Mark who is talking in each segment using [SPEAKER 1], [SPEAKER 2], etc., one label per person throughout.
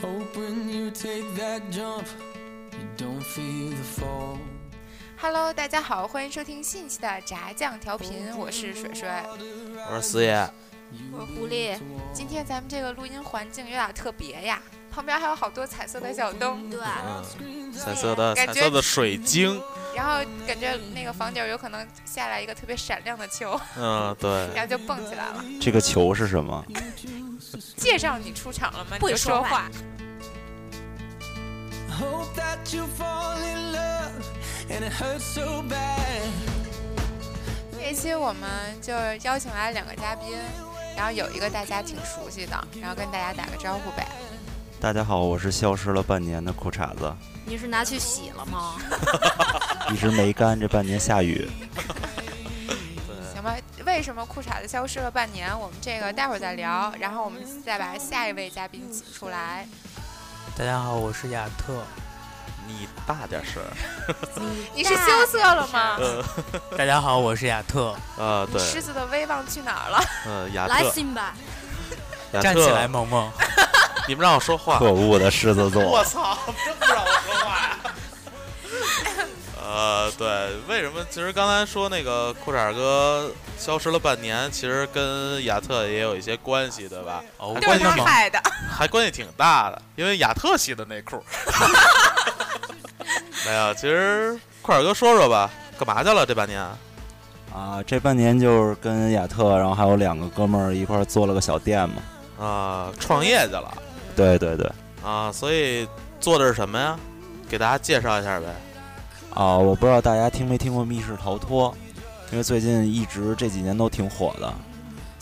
[SPEAKER 1] Hope when you take that jump, you don't feel the fall.
[SPEAKER 2] Hello，大家好，欢迎收听新一期的炸酱调频，我是水水。
[SPEAKER 3] 我说四爷，
[SPEAKER 2] 我是狐狸。今天咱们这个录音环境有点特别呀，旁边还有好多彩色的小灯，
[SPEAKER 4] 对，
[SPEAKER 3] 嗯，彩色的
[SPEAKER 2] 感
[SPEAKER 3] 彩
[SPEAKER 2] 觉
[SPEAKER 3] 色的水晶，
[SPEAKER 2] 然后感觉那个房顶有可能下来一个特别闪亮的球，
[SPEAKER 3] 嗯，对，
[SPEAKER 2] 然后就蹦起来了。
[SPEAKER 5] 这个球是什么？
[SPEAKER 2] 介绍你出场了吗？
[SPEAKER 4] 不
[SPEAKER 2] 你
[SPEAKER 4] 许
[SPEAKER 2] 就说
[SPEAKER 4] 说话。
[SPEAKER 1] Hope that you fall in love and it hurts so bad.
[SPEAKER 2] 这一期我们就邀请来两个嘉宾，然后有一个大家挺熟悉的，然后跟大家打个招呼呗。
[SPEAKER 5] 大家好，我是消失了半年的裤衩子，
[SPEAKER 4] 你是拿去洗了吗？
[SPEAKER 5] 一直没干。这半年下雨，
[SPEAKER 2] 行吧，为什么裤衩子消失了半年？我们这个待会儿再聊，然后我们再把下一位嘉宾请出来。
[SPEAKER 6] 大家好，我是亚特。
[SPEAKER 3] 你大点声，
[SPEAKER 2] 你是羞涩了吗？
[SPEAKER 6] 大家好，我是亚特。
[SPEAKER 3] 啊，呃对，
[SPEAKER 2] 狮子的威望去哪儿了？
[SPEAKER 3] 嗯，亚
[SPEAKER 4] 来
[SPEAKER 3] 特，
[SPEAKER 4] 辛巴，
[SPEAKER 3] 亚
[SPEAKER 6] 站起
[SPEAKER 3] 特，
[SPEAKER 6] 来，萌萌。
[SPEAKER 3] 你们让我说话，
[SPEAKER 5] 可恶的狮子 座。
[SPEAKER 3] 操，真不让我说话呀！呃，对，为什么？其实刚才说那个裤衩哥消失了半年，其实跟亚特也有一些关系，对吧？
[SPEAKER 6] 哦
[SPEAKER 3] 还
[SPEAKER 2] 都是
[SPEAKER 3] 呃关系
[SPEAKER 2] 他
[SPEAKER 3] 挺
[SPEAKER 2] 害的。
[SPEAKER 3] 还关系挺大的，因为亚特系的内裤。 没有，其实裤衩哥说说吧，干嘛去了这半年？
[SPEAKER 5] 啊，这半年就是跟亚特，然后还有两个哥们儿一块儿做了个小店嘛。
[SPEAKER 3] 啊，创业去了
[SPEAKER 5] 对对对，
[SPEAKER 3] 啊，所以做的是什么呀？给大家介绍一下呗。
[SPEAKER 5] 啊，我不知道大家听没听过密室逃脱，因为最近一直这几年都挺火的。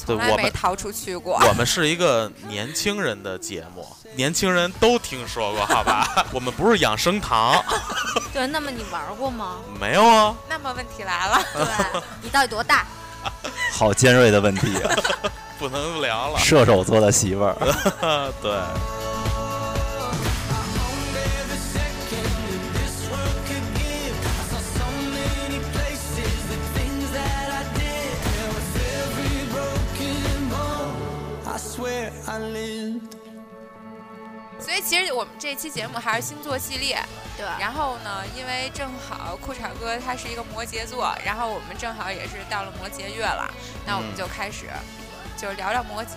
[SPEAKER 3] 对
[SPEAKER 2] 从来
[SPEAKER 3] 我
[SPEAKER 2] 没
[SPEAKER 3] 们，
[SPEAKER 2] 逃出去过。
[SPEAKER 3] 我们是一个年轻人的节目，年轻人都听说过，好吧？ 我们不是养生堂，
[SPEAKER 4] 对，那么你玩过吗？
[SPEAKER 3] 没有啊。
[SPEAKER 2] 那么问题来了，
[SPEAKER 4] 对，
[SPEAKER 3] 呃
[SPEAKER 4] 你到底多大？
[SPEAKER 5] 好尖锐的问题 啊！
[SPEAKER 3] 不能聊了，
[SPEAKER 5] 射手座的媳妇 儿，
[SPEAKER 3] 对，
[SPEAKER 1] Every second that this world could give. I saw so many places, the things that I did. And with every broken bone, I swear I lived.
[SPEAKER 2] 所以其实我们这期节目还是星座系列。
[SPEAKER 4] 对，
[SPEAKER 2] 然后呢，因为正好裤衩哥他是一个摩羯座，然后我们正好也是到了摩羯月了，那我们
[SPEAKER 3] 嗯
[SPEAKER 2] 就开始就聊聊摩羯。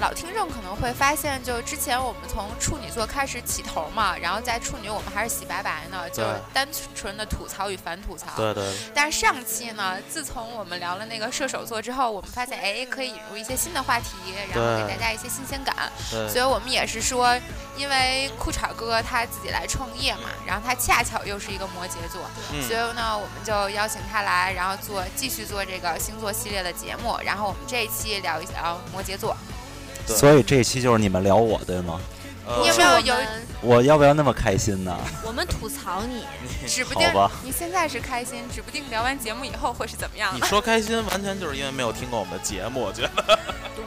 [SPEAKER 2] 老听众可能会发现，就之前我们从处女座开始起头嘛，然后在处女我们还是洗白白呢，就是
[SPEAKER 3] 对
[SPEAKER 2] 单纯的吐槽与反吐槽。
[SPEAKER 3] 对对，
[SPEAKER 2] 但是上期呢，自从我们聊了那个射手座之后，我们发现哎，可以引入一些新的话题，然后给
[SPEAKER 3] 对
[SPEAKER 2] 大家一些新鲜感。
[SPEAKER 3] 对，
[SPEAKER 2] 所以我们也是说，因为裤衩哥他自己来创业嘛，然后他恰巧又是一个摩羯座，所
[SPEAKER 3] 嗯，
[SPEAKER 2] 以呢，我们就邀请他来，然后做继续做这个星座系列的节目。然后我们这一期聊一聊摩羯座，
[SPEAKER 3] 对
[SPEAKER 5] 所以这期就是你们聊我对吗？
[SPEAKER 2] 你有没
[SPEAKER 3] 呃
[SPEAKER 2] 有
[SPEAKER 4] 我
[SPEAKER 2] 有
[SPEAKER 4] 们
[SPEAKER 5] 我要不要那么开心呢？
[SPEAKER 4] 我们吐槽你，
[SPEAKER 2] 指不
[SPEAKER 5] 好
[SPEAKER 2] 定
[SPEAKER 5] 吧
[SPEAKER 2] 你现在是开心，指不定聊完节目以后会是怎么样
[SPEAKER 3] 你
[SPEAKER 2] 的。
[SPEAKER 3] 说开心，完全就是因为没有听过我们的节目，我觉得。
[SPEAKER 4] 对，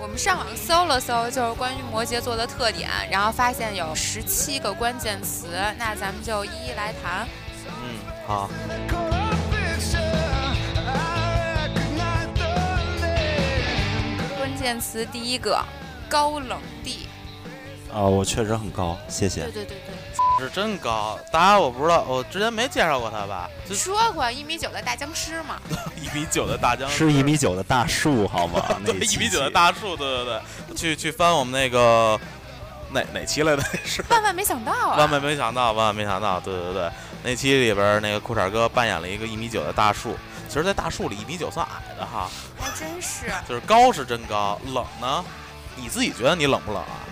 [SPEAKER 2] 我们上网搜了搜，就是关于摩羯座的特点，然后发现有十七个关键词，那咱们就一一来谈。
[SPEAKER 3] 嗯，好，
[SPEAKER 2] 关键词第一个，高冷地。
[SPEAKER 5] 啊，我确实很高，谢谢
[SPEAKER 4] 对。对对对，
[SPEAKER 3] 是真高，大家我不知道，我之前没介绍过他吧？就
[SPEAKER 2] 说过一米九的大僵尸嘛，
[SPEAKER 3] 一米九的大僵尸，？
[SPEAKER 5] 是一米九的大树好吗
[SPEAKER 3] 对
[SPEAKER 5] 那
[SPEAKER 3] 一
[SPEAKER 5] 期
[SPEAKER 3] 米九的大树，对对对，去去翻我们那个哪哪期来的？ 是
[SPEAKER 2] 万万没想到啊！
[SPEAKER 3] 万万没想到，万万没想到，对对对，那期里边儿那个裤衩哥扮演了一个一米九的大树，其实，在大树里一米九算矮的哈，
[SPEAKER 2] 还真是。
[SPEAKER 3] 就是高是真高，冷呢，你自己觉得你冷不冷啊？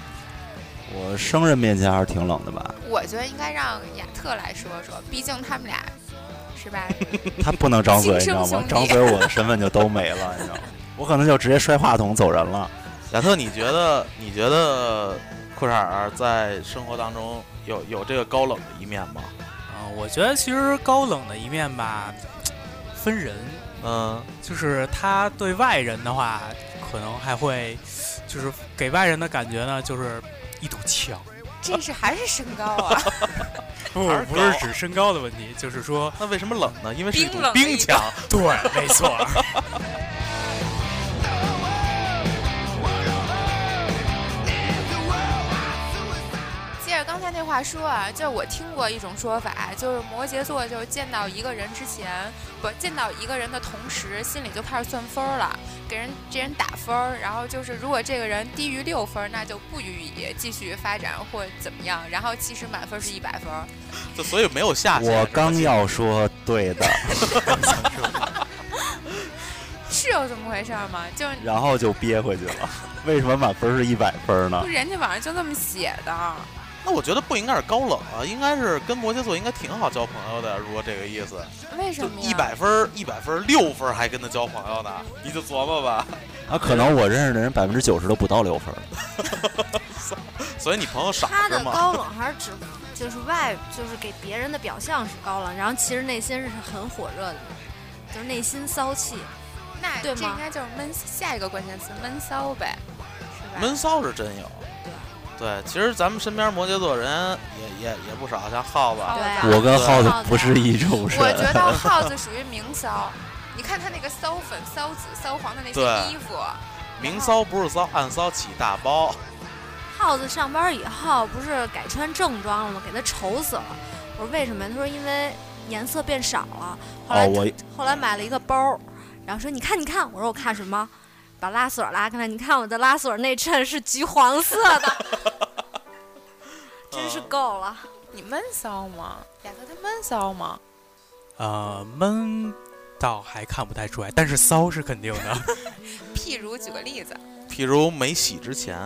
[SPEAKER 5] 我生人面前还是挺冷的 吧？
[SPEAKER 2] 我觉得应该让亚特来说说，毕竟他们俩是吧？
[SPEAKER 5] 他不能张嘴，
[SPEAKER 2] 亲生
[SPEAKER 5] 你知道
[SPEAKER 2] 兄
[SPEAKER 5] 吗
[SPEAKER 2] 弟？
[SPEAKER 5] 张嘴我的身份就都没了，你知道吗？我可能就直接摔话筒走人了。
[SPEAKER 3] 亚特，你觉得你觉得裤衩儿在生活当中有有这个高冷的一面吗？
[SPEAKER 6] 啊、我觉得其实高冷的一面吧，分人，
[SPEAKER 3] 嗯，
[SPEAKER 6] 就是他对外人的话，可能还会，就是给外人的感觉呢，就是一堵墙。
[SPEAKER 2] 这是还是身高 啊，
[SPEAKER 6] 不
[SPEAKER 3] 还是，
[SPEAKER 6] 不是
[SPEAKER 3] 高
[SPEAKER 6] 指身高的问题，就是说，
[SPEAKER 3] 那为什么冷呢？因为是一堵
[SPEAKER 2] 冰冷的一
[SPEAKER 3] 冰
[SPEAKER 2] 个
[SPEAKER 3] 墙。
[SPEAKER 6] 对，没错。
[SPEAKER 2] 接着刚才那话说啊，就是我听过一种说法，啊就是摩羯座就是见到一个人之前，不见到一个人的同时，心里就开始算分儿了，给人这人打分儿，然后就是如果这个人低于六分儿，那就不予以继续发展或怎么样，然后其实满分是一百分儿。
[SPEAKER 3] 就所以没有
[SPEAKER 2] 啊
[SPEAKER 3] 下限。
[SPEAKER 5] 我刚要说对的，
[SPEAKER 2] 是有这么回事儿吗？就是
[SPEAKER 5] 然后就憋回去 了。为什么满分是一百分呢
[SPEAKER 2] 不？人家网上就这么写的，啊
[SPEAKER 3] 那我觉得不应该是高冷啊，应该是跟摩羯座应该挺好交朋友的。如果这个意思，
[SPEAKER 2] 为什
[SPEAKER 3] 就
[SPEAKER 2] 么呀？
[SPEAKER 3] 一百分儿，一百分儿六分儿还跟他交朋友呢，你就琢磨吧。
[SPEAKER 5] 啊，可能我认识的人百分之九十都不到六分。
[SPEAKER 3] 所以你朋友少
[SPEAKER 4] 他
[SPEAKER 3] 是
[SPEAKER 4] 的
[SPEAKER 3] 吗？
[SPEAKER 4] 高冷还是指就是外，就是给别人的表象是高冷，然后其实内心是很火热的，就是内心骚气。
[SPEAKER 2] 那
[SPEAKER 4] 对
[SPEAKER 2] 这
[SPEAKER 4] 吗
[SPEAKER 2] 应该就是闷，下一个关键词闷骚呗，是吧？
[SPEAKER 3] 闷骚是真有。对，其实咱们身边摩羯座人也也也不少，像耗子
[SPEAKER 2] 耗，
[SPEAKER 4] 对啊，
[SPEAKER 5] 我跟耗子
[SPEAKER 4] 耗子
[SPEAKER 5] 不是一种人。
[SPEAKER 2] 我觉得耗子属于明骚，你看他那个骚粉、骚紫、骚黄的那
[SPEAKER 3] 对
[SPEAKER 2] 些衣服，
[SPEAKER 3] 明骚不是骚，暗骚起大包。
[SPEAKER 4] 耗子上班以后不是改穿正装了吗？给他愁死了。我说为什么呀？他说因为颜色变少了。后来、
[SPEAKER 5] 哦，我
[SPEAKER 4] 后来买了一个包儿，然后说你看你看，我说我看什么？把拉锁拉开来，你看我的拉锁内衬是橘黄色的，真是
[SPEAKER 3] 嗯
[SPEAKER 4] 够了。
[SPEAKER 2] 你闷骚吗？亚瑟他闷骚吗？
[SPEAKER 6] 呃，闷倒还看不太出来，但是骚是肯定 的。
[SPEAKER 2] 譬如举个例子，
[SPEAKER 3] 譬如没洗之 前，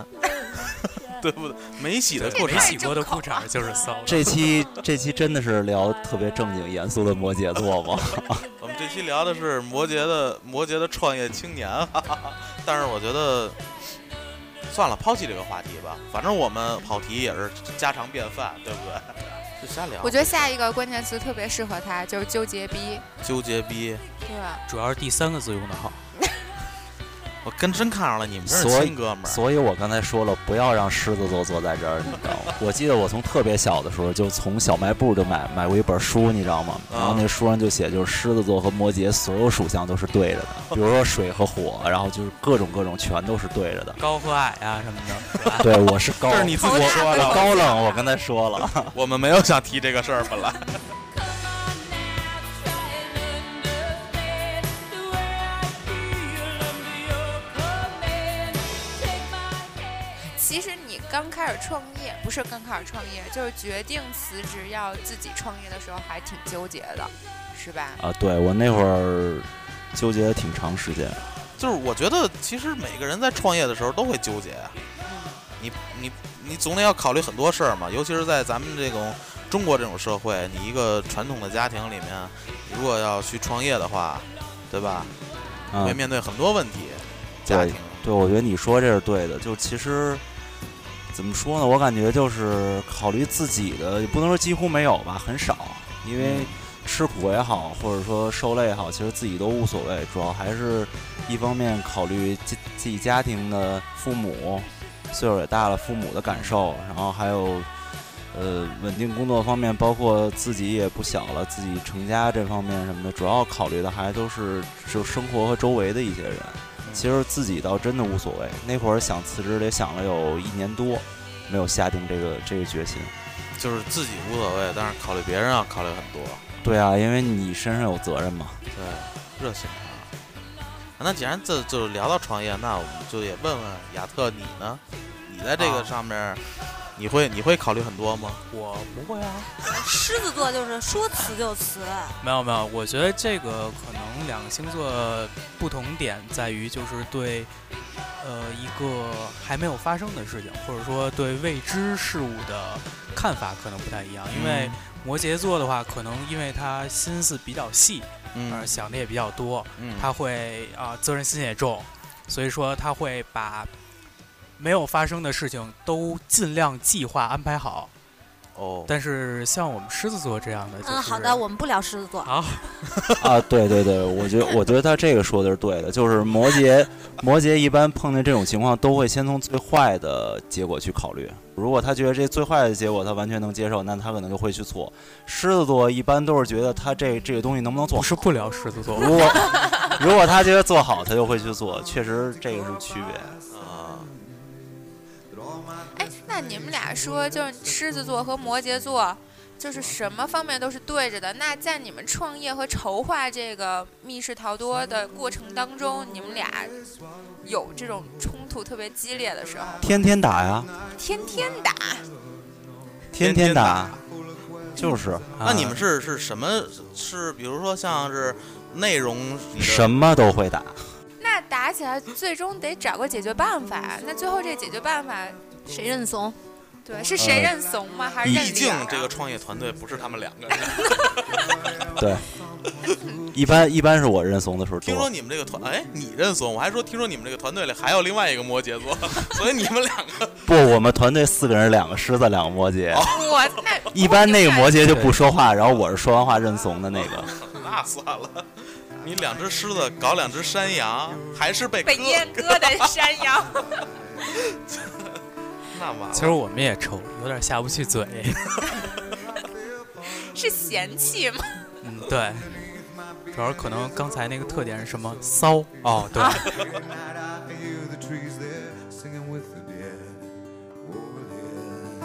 [SPEAKER 3] 对不对？没洗的
[SPEAKER 6] 对，
[SPEAKER 3] 裤
[SPEAKER 2] 这
[SPEAKER 6] 没
[SPEAKER 3] 衩
[SPEAKER 2] 太
[SPEAKER 6] 洗过的裤衩儿就是骚的。
[SPEAKER 5] 这期这期真的是聊特别正经严肃的摩羯座吗？
[SPEAKER 3] 我们这期聊的是摩羯的摩羯的创业青年， 哈哈哈但是我觉得算了，抛弃这个话题吧。反正我们跑题也是家常便饭，对不 对？就瞎聊。
[SPEAKER 2] 我觉得下一个关键词特别适合他，就是纠结逼，
[SPEAKER 3] 纠结逼，
[SPEAKER 2] 对吧？
[SPEAKER 6] 主要是第三个字用的好。
[SPEAKER 3] 我跟真看上了你们这是
[SPEAKER 5] 所以
[SPEAKER 3] 亲哥们儿。
[SPEAKER 5] 所以我刚才说了，不要让狮子座坐在这儿，你知道吗？我记得我从特别小的时候，就从小卖部就买买过一本书，你知道吗？
[SPEAKER 3] 嗯
[SPEAKER 5] 然后那书上就写，就是狮子座和摩羯所有属相都是对 着的，比如说水和火，然后就是各种各种全都是对着 的。
[SPEAKER 6] 高和矮啊什么的，是吧
[SPEAKER 5] 对，我是高，
[SPEAKER 3] 这是你自己说的
[SPEAKER 5] 我高冷，我刚才说 了。
[SPEAKER 3] 我们没有想提这个事儿，本来。
[SPEAKER 2] 其实你刚开始创业，不是刚开始创业，就是决定辞职要自己创业的时候，还挺纠结的，是吧？
[SPEAKER 5] 啊，对我那会儿纠结了挺长时间。
[SPEAKER 3] 就是我觉得，其实每个人在创业的时候都会纠结啊，你你你总得要考虑很多事儿嘛，尤其是在咱们这种中国这种社会，你一个传统的家庭里面，你如果要去创业的话，对吧？
[SPEAKER 5] 嗯
[SPEAKER 3] 会，面对很多问题，家庭
[SPEAKER 5] 对，我觉得你说这是对的。就其实怎么说呢，我感觉就是考虑自己的，也不能说几乎没有吧，很少，因为
[SPEAKER 3] 嗯
[SPEAKER 5] 吃苦也好，或者说受累也好，其实自己都无所谓，主要还是一方面考虑自自己家庭的父母，岁数也大了，父母的感受，然后还有。呃，稳定工作方面，包括自己也不小了，自己成家这方面什么的，主要考虑的还都是就生活和周围的一些人。其实自己倒真的无所谓，那会儿想辞职得想了有一年多，没有下定这个这个决心。
[SPEAKER 3] 就是自己无所谓，但是考虑别人要考虑很多，
[SPEAKER 5] 对啊，因为你身上有责任嘛。
[SPEAKER 3] 对，热心肠。啊那既然这就聊到创业，那我们就也问问亚特你呢？你在这个
[SPEAKER 6] 啊
[SPEAKER 3] 上面，你会你会考虑很多吗？
[SPEAKER 6] 我不会啊。
[SPEAKER 4] 狮子座就是说辞就辞，
[SPEAKER 6] 没有没有，我觉得这个可能两个星座不同点在于，就是对，呃，一个还没有发生的事情，或者说对未知事物的看法可能不太一样。因
[SPEAKER 3] 嗯
[SPEAKER 6] 为摩羯座的话，可能因为他心思比较细，而
[SPEAKER 3] 嗯
[SPEAKER 6] 想的也比较多，呃
[SPEAKER 3] 嗯，
[SPEAKER 6] 他会啊、责任心也重，所以说他会把没有发生的事情都尽量计划安排好。
[SPEAKER 3] 哦，
[SPEAKER 6] 但是像我们狮子座这样的，就是、
[SPEAKER 4] 嗯，好的，我们不聊狮子座，
[SPEAKER 6] 好，
[SPEAKER 5] 啊，对对对，我觉得我觉得他这个说的是对的，就是摩羯，摩羯一般碰见这种情况都会先从最坏的结果去考虑。如果他觉得这最坏的结果他完全能接受，那他可能就会去做。狮子座一般都是觉得他这这个东西能不能做
[SPEAKER 6] 不
[SPEAKER 5] 好，
[SPEAKER 6] 是不聊狮子座，
[SPEAKER 5] 如果 如果他觉得做好，他就会去做。确实这个是区别。
[SPEAKER 3] 啊，
[SPEAKER 2] 哎，那你们俩说，就是狮子座和摩羯座，就是什么方面都是对着的。那在你们创业和筹划这个密室逃脱的过程当中，你们俩有这种冲突特别激烈的时候，
[SPEAKER 5] 天天打呀，
[SPEAKER 2] 天天打，
[SPEAKER 5] 天
[SPEAKER 3] 天
[SPEAKER 5] 打，就是
[SPEAKER 6] 啊
[SPEAKER 3] 那你们是是什么？是比如说像是内容你的
[SPEAKER 5] 什么都 会打。
[SPEAKER 2] 那打起来最终得找个解决办法。啊那最后这解决办法，
[SPEAKER 4] 谁认怂？
[SPEAKER 2] 对，是谁
[SPEAKER 5] 呃
[SPEAKER 2] 认怂吗？还是认
[SPEAKER 3] 毕
[SPEAKER 2] 领
[SPEAKER 3] 竟
[SPEAKER 2] 啊
[SPEAKER 3] 这个创业团队不是他们两个 人。
[SPEAKER 5] 对，一般一般是我认怂的时候
[SPEAKER 3] 听说
[SPEAKER 5] 多。
[SPEAKER 3] 你们这个团，哎，你认怂？我还说听说你们这个团队里还有另外一个摩羯座， 所以你们两个
[SPEAKER 5] 不，我们团队四个人，两个狮子，两个摩
[SPEAKER 3] 哦
[SPEAKER 5] 羯。
[SPEAKER 2] 我那
[SPEAKER 5] 一般那个摩羯就不说话，然后我是说完话认怂的那个。
[SPEAKER 3] 那算了。你两只狮子搞两只山羊，还是被
[SPEAKER 2] 被
[SPEAKER 3] 割
[SPEAKER 2] 阉割的山羊。
[SPEAKER 3] 那完了。
[SPEAKER 6] 其实我们也愁，有点下不去嘴。
[SPEAKER 2] 是嫌弃吗？
[SPEAKER 6] 嗯，对，主要是可能刚才那个特点是什么骚哦，对，
[SPEAKER 7] Every night I can hear the trees there singing with the dead over there.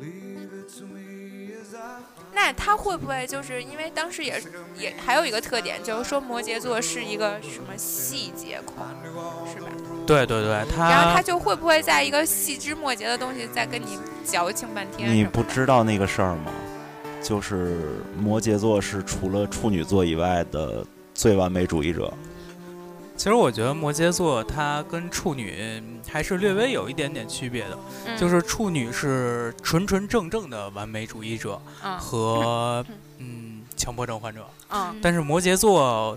[SPEAKER 7] Leave it to me as I
[SPEAKER 2] 那他会不会就是因为当时也是也还有一个特点，就是说摩羯座是一个什么细节控，是吧？
[SPEAKER 6] 对对对，
[SPEAKER 2] 然后他
[SPEAKER 6] 他
[SPEAKER 2] 就会不会在一个细枝末节的东西再跟你矫情半天？
[SPEAKER 5] 你不？知道那个事儿吗？就是摩羯座是除了处女座以外的最完美主义者。
[SPEAKER 6] 其实我觉得摩羯座他跟处女还是略微有一点点区别的，
[SPEAKER 2] 嗯、
[SPEAKER 6] 就是处女是纯纯正正的完美主义者
[SPEAKER 2] 嗯
[SPEAKER 6] 和嗯强迫症患者，
[SPEAKER 2] 嗯，
[SPEAKER 6] 但是摩羯座，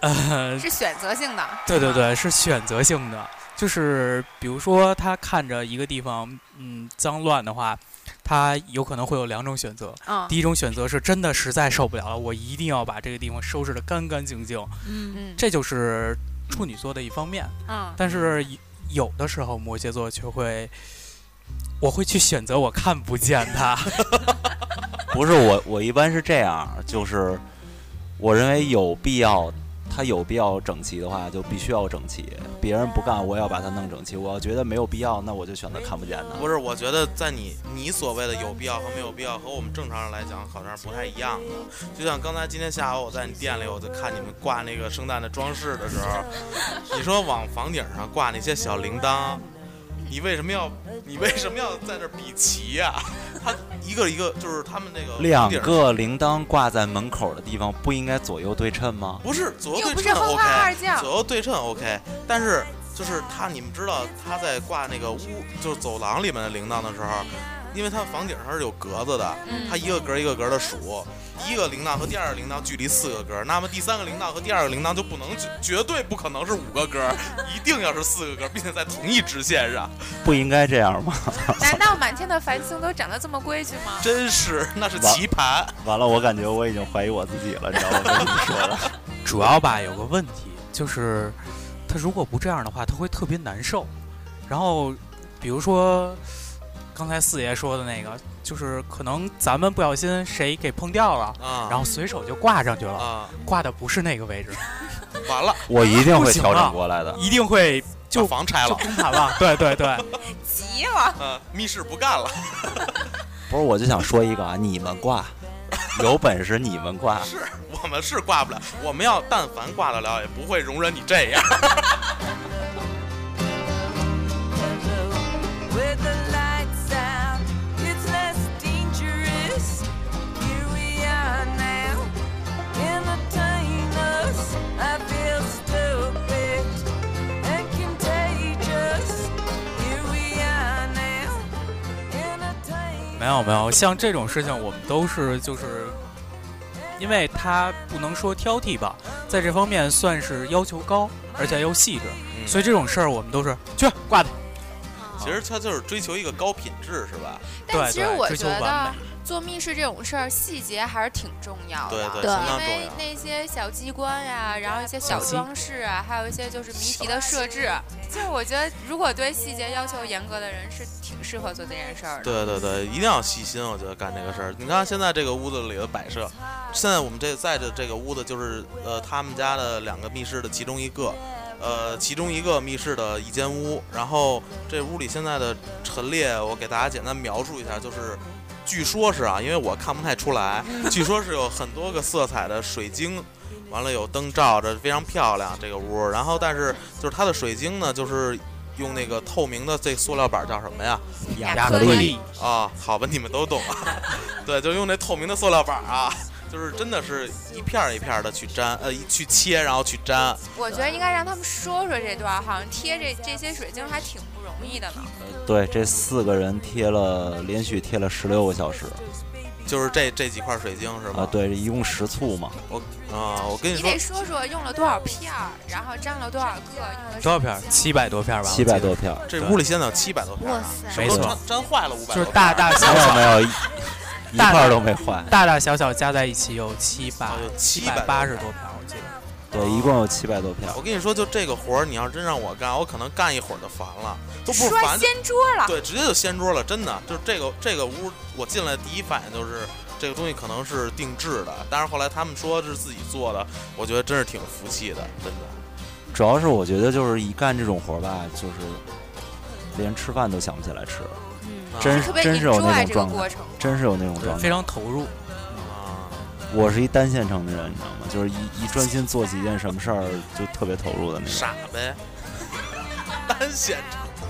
[SPEAKER 6] 呃，
[SPEAKER 2] 是选择性的。
[SPEAKER 6] 对对对，是选择性的，就是比如说他看着一个地方，嗯，脏乱的话，他有可能会有两种选择。
[SPEAKER 2] 嗯
[SPEAKER 6] 第一种选择是真的实在受不了了，我一定要把这个地方收拾得干干净净，
[SPEAKER 4] 嗯，
[SPEAKER 2] 嗯
[SPEAKER 6] 这就是处女座的一方面。
[SPEAKER 2] 嗯，
[SPEAKER 6] 但是有有的时候摩羯座却会，我会去选择我看不见它。
[SPEAKER 5] 不是我，我一般是这样，就是我认为有必要，他有必要整齐的话，就必须要整齐。别人不干，我也要把它弄整齐。我要觉得没有必要，那我就选择看不见
[SPEAKER 3] 不
[SPEAKER 5] 它。
[SPEAKER 3] 是，我觉得在你你所谓的有必要和没有必要，和我们正常人来讲好像是不太一样的。就像刚才今天下午我在你店里，我在看你们挂那个圣诞的装饰的时候，你说往房顶上挂那些小铃铛，你为什么要你为什么要在这儿比齐呀、它一个一个就是他们那个
[SPEAKER 5] 两
[SPEAKER 3] 房顶
[SPEAKER 5] 个铃铛挂在门口的地方，不应该左右对称吗？
[SPEAKER 3] 不是左右
[SPEAKER 2] 又
[SPEAKER 3] 对
[SPEAKER 2] 不是
[SPEAKER 3] 称
[SPEAKER 2] 花花二
[SPEAKER 3] OK，
[SPEAKER 2] 将
[SPEAKER 3] 左右对称 OK，但是就是他，你们知道他在挂那个屋，就是走廊里面的铃铛的时候，因为他房顶上是有格子的，
[SPEAKER 2] 嗯
[SPEAKER 3] 他一个格一个格的数，第一个铃铛和第二个铃铛距离四个格，那么第三个铃铛和第二个铃铛就不能绝绝对不可能是五个格，一定要是四个格，并且在同一直线上，
[SPEAKER 5] 不应该这样吗？
[SPEAKER 2] 难道满天的繁星都长得这么规矩吗？
[SPEAKER 3] 真是那是棋盘。
[SPEAKER 5] 完了，我感觉我已经怀疑我自己了，你知道吗？跟你说的。
[SPEAKER 6] 主要吧有个问题，就是他如果不这样的话，他会特别难受。然后，比如说刚才四爷说的那个，就是可能咱们不小心谁给碰掉了，
[SPEAKER 3] 啊，
[SPEAKER 6] 然后随手就挂上去了，
[SPEAKER 3] 啊，
[SPEAKER 6] 挂的不是那个位置，
[SPEAKER 3] 完了，
[SPEAKER 5] 我一定
[SPEAKER 6] 不
[SPEAKER 5] 会
[SPEAKER 6] 行
[SPEAKER 5] 调
[SPEAKER 6] 了
[SPEAKER 5] 整过来的。
[SPEAKER 6] 一定会就
[SPEAKER 3] 把房拆
[SPEAKER 6] 就
[SPEAKER 3] 了，
[SPEAKER 6] 崩 盘了。对对对，
[SPEAKER 2] 急了，
[SPEAKER 3] 嗯、密室不干了。
[SPEAKER 5] 不是，我就想说一个啊，你们挂，有本事你们挂。
[SPEAKER 3] 是我们是挂不了，我们要但凡挂得了，也不会容忍你这样。
[SPEAKER 1] With the lights out, it's less dangerous. Here we are now. Entertain us. I feel stupid and contagious. Here we are now. Entertain
[SPEAKER 6] 没有没有，像这种事情我们都是就是，因为他不能说挑剔吧，在这方面算是要求高，而且又细致，
[SPEAKER 3] 嗯
[SPEAKER 6] 所以这种事儿我们都是去挂它。
[SPEAKER 3] 其实他就是追求一个高品质，是吧？
[SPEAKER 2] 但
[SPEAKER 6] 对
[SPEAKER 2] 其实我
[SPEAKER 6] 对，追
[SPEAKER 2] 觉
[SPEAKER 6] 求完
[SPEAKER 2] 得
[SPEAKER 6] 美。
[SPEAKER 2] 做密室这种事儿，细节还是挺重要
[SPEAKER 3] 对
[SPEAKER 2] 的。
[SPEAKER 3] 对，
[SPEAKER 4] 对
[SPEAKER 3] 相
[SPEAKER 2] 因
[SPEAKER 3] 当重
[SPEAKER 2] 为
[SPEAKER 3] 要。
[SPEAKER 2] 那些小机关呀、然后一些小
[SPEAKER 6] 小机
[SPEAKER 2] 装饰啊，还有一些就是谜题的设置，就是我觉得如果对细节要求严格的人是挺适合做这件事儿的。
[SPEAKER 3] 对对对，一定要细心，我觉得干这个事儿。你看现在这个屋子里的摆设，现在我们这在的这个屋子就是呃他们家的两个密室的其中一个，呃其中一个密室的一间屋。然后这屋里现在的陈列，我给大家简单描述一下，就是。据说是啊，因为我看不太出来，据说是有很多个色彩的水晶，完了有灯照着，非常漂亮这个屋。然后但是就是它的水晶呢，就是用那个透明的这塑料板叫什么呀？
[SPEAKER 2] 亚
[SPEAKER 5] 克力
[SPEAKER 2] 力，
[SPEAKER 3] 啊，好吧，你们都懂啊。 对，就用那透明的塑料板儿啊，就是真的是一片儿一片的去粘，呃，一去切，然后去粘。
[SPEAKER 2] 我觉得应该让他们说说这段儿，好像贴这这些水晶还挺不容易的呢。
[SPEAKER 5] 对，这四个人贴了连续贴了十六个小时
[SPEAKER 3] 就是这这几块水晶是吧？
[SPEAKER 5] 啊，对，一共十簇嘛，
[SPEAKER 3] 我啊，我跟你
[SPEAKER 2] 你
[SPEAKER 3] 说
[SPEAKER 2] 得，说说用了多少片儿，然后粘了多少个，用的
[SPEAKER 6] 多少
[SPEAKER 2] 是
[SPEAKER 6] 片儿？七百多片儿吧，
[SPEAKER 5] 七百多片儿，
[SPEAKER 3] 这屋里现在有七百多片儿
[SPEAKER 4] 哇
[SPEAKER 3] 啊，
[SPEAKER 4] 塞
[SPEAKER 6] 没，
[SPEAKER 3] 都
[SPEAKER 6] 错
[SPEAKER 3] 粘粘坏了五百。
[SPEAKER 6] 就是大大小
[SPEAKER 5] 没有没有，
[SPEAKER 6] 小，
[SPEAKER 5] 一一
[SPEAKER 6] 大
[SPEAKER 5] 块儿都没坏。
[SPEAKER 6] 大大小小加在一起哦有七百
[SPEAKER 3] 有
[SPEAKER 6] 七
[SPEAKER 3] 700
[SPEAKER 6] 百八十多片儿，我记得。
[SPEAKER 5] 对，一共有七百多片儿。
[SPEAKER 3] 我跟你说，就这个活儿，你要真让我干，我可能干一会儿就烦了，都不是
[SPEAKER 2] 摔
[SPEAKER 3] 烦，
[SPEAKER 2] 掀桌了。
[SPEAKER 3] 对，直接就掀桌了，真的。就是这个这个屋，我进来第一反应就是这个东西可能是定制的，但是后来他们说是自己做的，我觉得真是挺服气的，真的。
[SPEAKER 5] 主要是我觉得就是一干这种活儿吧，就是连吃饭都想不起来吃，
[SPEAKER 4] 嗯，
[SPEAKER 3] 啊
[SPEAKER 5] 真
[SPEAKER 2] 特
[SPEAKER 5] 是
[SPEAKER 2] 别
[SPEAKER 5] 真是有
[SPEAKER 2] enjoy
[SPEAKER 5] 那
[SPEAKER 2] 这
[SPEAKER 5] 种
[SPEAKER 2] 个
[SPEAKER 5] 状态，
[SPEAKER 2] 过程，
[SPEAKER 5] 真是有那种状
[SPEAKER 6] 非
[SPEAKER 5] 态。
[SPEAKER 6] 常投入，
[SPEAKER 3] 啊，
[SPEAKER 5] 我是一单线程的人，你知道吗？就是一一专心做几件什么事儿就特别投入的那种。
[SPEAKER 3] 傻呗， 单线程。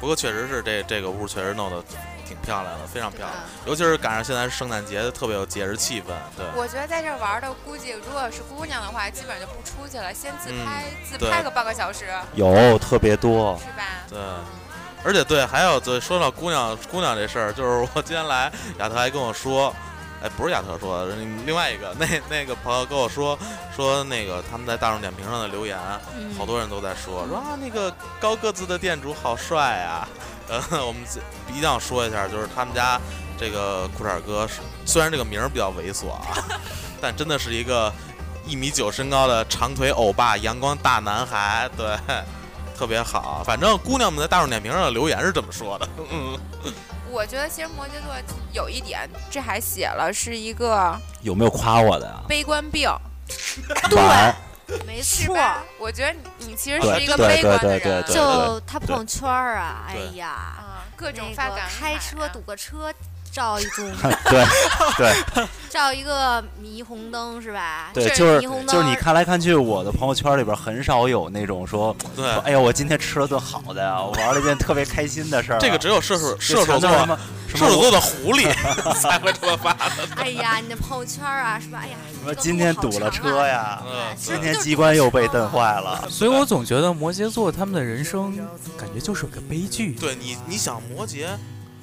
[SPEAKER 3] 不过确实是这这个屋确实弄得挺漂亮的，非常漂亮，尤其是赶上现在是圣诞节，特别有节日气氛。对，
[SPEAKER 2] 我觉得在这儿玩儿的，估计如果是姑娘的话，基本上就不出去了，先自
[SPEAKER 5] 嗯
[SPEAKER 2] 拍，自
[SPEAKER 3] 对
[SPEAKER 2] 拍个半个小时，
[SPEAKER 5] 有特别多，
[SPEAKER 2] 是吧？
[SPEAKER 3] 对，而且对，还有对，说到姑娘姑娘这事儿，就是我今天来，亚特还跟我说，哎，不是亚特说的，另外一个那那个朋友跟我说说那个他们在大众点评上的留言，
[SPEAKER 4] 嗯
[SPEAKER 3] 好多人都在说说啊那个高个子的店主好帅啊， 呃，我们这一定要说一下，就是他们家这个裤衩哥是虽然这个名儿比较猥琐啊， 但真的是一个。一米九身高的长腿欧巴，阳光大男孩，对，特别好。啊反正姑娘们在大众点评上的留言是这么说的。嗯，
[SPEAKER 2] 我觉得其实摩羯座有一点，这还写了是一个
[SPEAKER 5] 有没有夸我的呀？
[SPEAKER 2] 悲观病，
[SPEAKER 5] 玩
[SPEAKER 4] 没
[SPEAKER 2] 是
[SPEAKER 4] 错，
[SPEAKER 2] 吧？我觉得你你其实
[SPEAKER 5] 对
[SPEAKER 2] 是一个
[SPEAKER 5] 对
[SPEAKER 2] 悲观的
[SPEAKER 5] 对对对
[SPEAKER 2] 人，
[SPEAKER 5] 对
[SPEAKER 4] 就他朋友圈儿啊，哎
[SPEAKER 3] 对
[SPEAKER 4] 呀，
[SPEAKER 2] 啊，各种
[SPEAKER 4] 那
[SPEAKER 2] 发
[SPEAKER 4] 个
[SPEAKER 2] 感慨
[SPEAKER 4] 开
[SPEAKER 2] 啊
[SPEAKER 4] 车堵个车，照一种
[SPEAKER 5] 对对
[SPEAKER 4] 照一个霓虹灯是吧？
[SPEAKER 5] 对，
[SPEAKER 2] 这
[SPEAKER 5] 就是
[SPEAKER 4] 霓虹灯
[SPEAKER 5] 就是你看来看去，我的朋友圈里边很少有那种说，
[SPEAKER 3] 对
[SPEAKER 5] 说哎呀，我今天吃了顿好的呀，我玩了一件特别开心的事儿啊。
[SPEAKER 3] 这个只有射手
[SPEAKER 5] 就
[SPEAKER 3] 射手
[SPEAKER 5] 强
[SPEAKER 3] 座
[SPEAKER 5] 调什么
[SPEAKER 3] 射
[SPEAKER 5] 什么
[SPEAKER 3] 手
[SPEAKER 5] 我
[SPEAKER 3] 座的狐狸 才会这么发的。
[SPEAKER 4] 哎呀，你的朋友圈儿啊，是吧？哎呀，
[SPEAKER 5] 什
[SPEAKER 4] 这个
[SPEAKER 5] 么
[SPEAKER 4] 路
[SPEAKER 5] 今天
[SPEAKER 4] 好
[SPEAKER 5] 堵了
[SPEAKER 4] 长
[SPEAKER 5] 车
[SPEAKER 4] 啊，
[SPEAKER 5] 呀，
[SPEAKER 3] 嗯，
[SPEAKER 5] 今天机关又被蹬坏了。
[SPEAKER 6] 所以我总觉得摩羯座他们的人生感觉就是个悲剧，
[SPEAKER 3] 对你，你想摩羯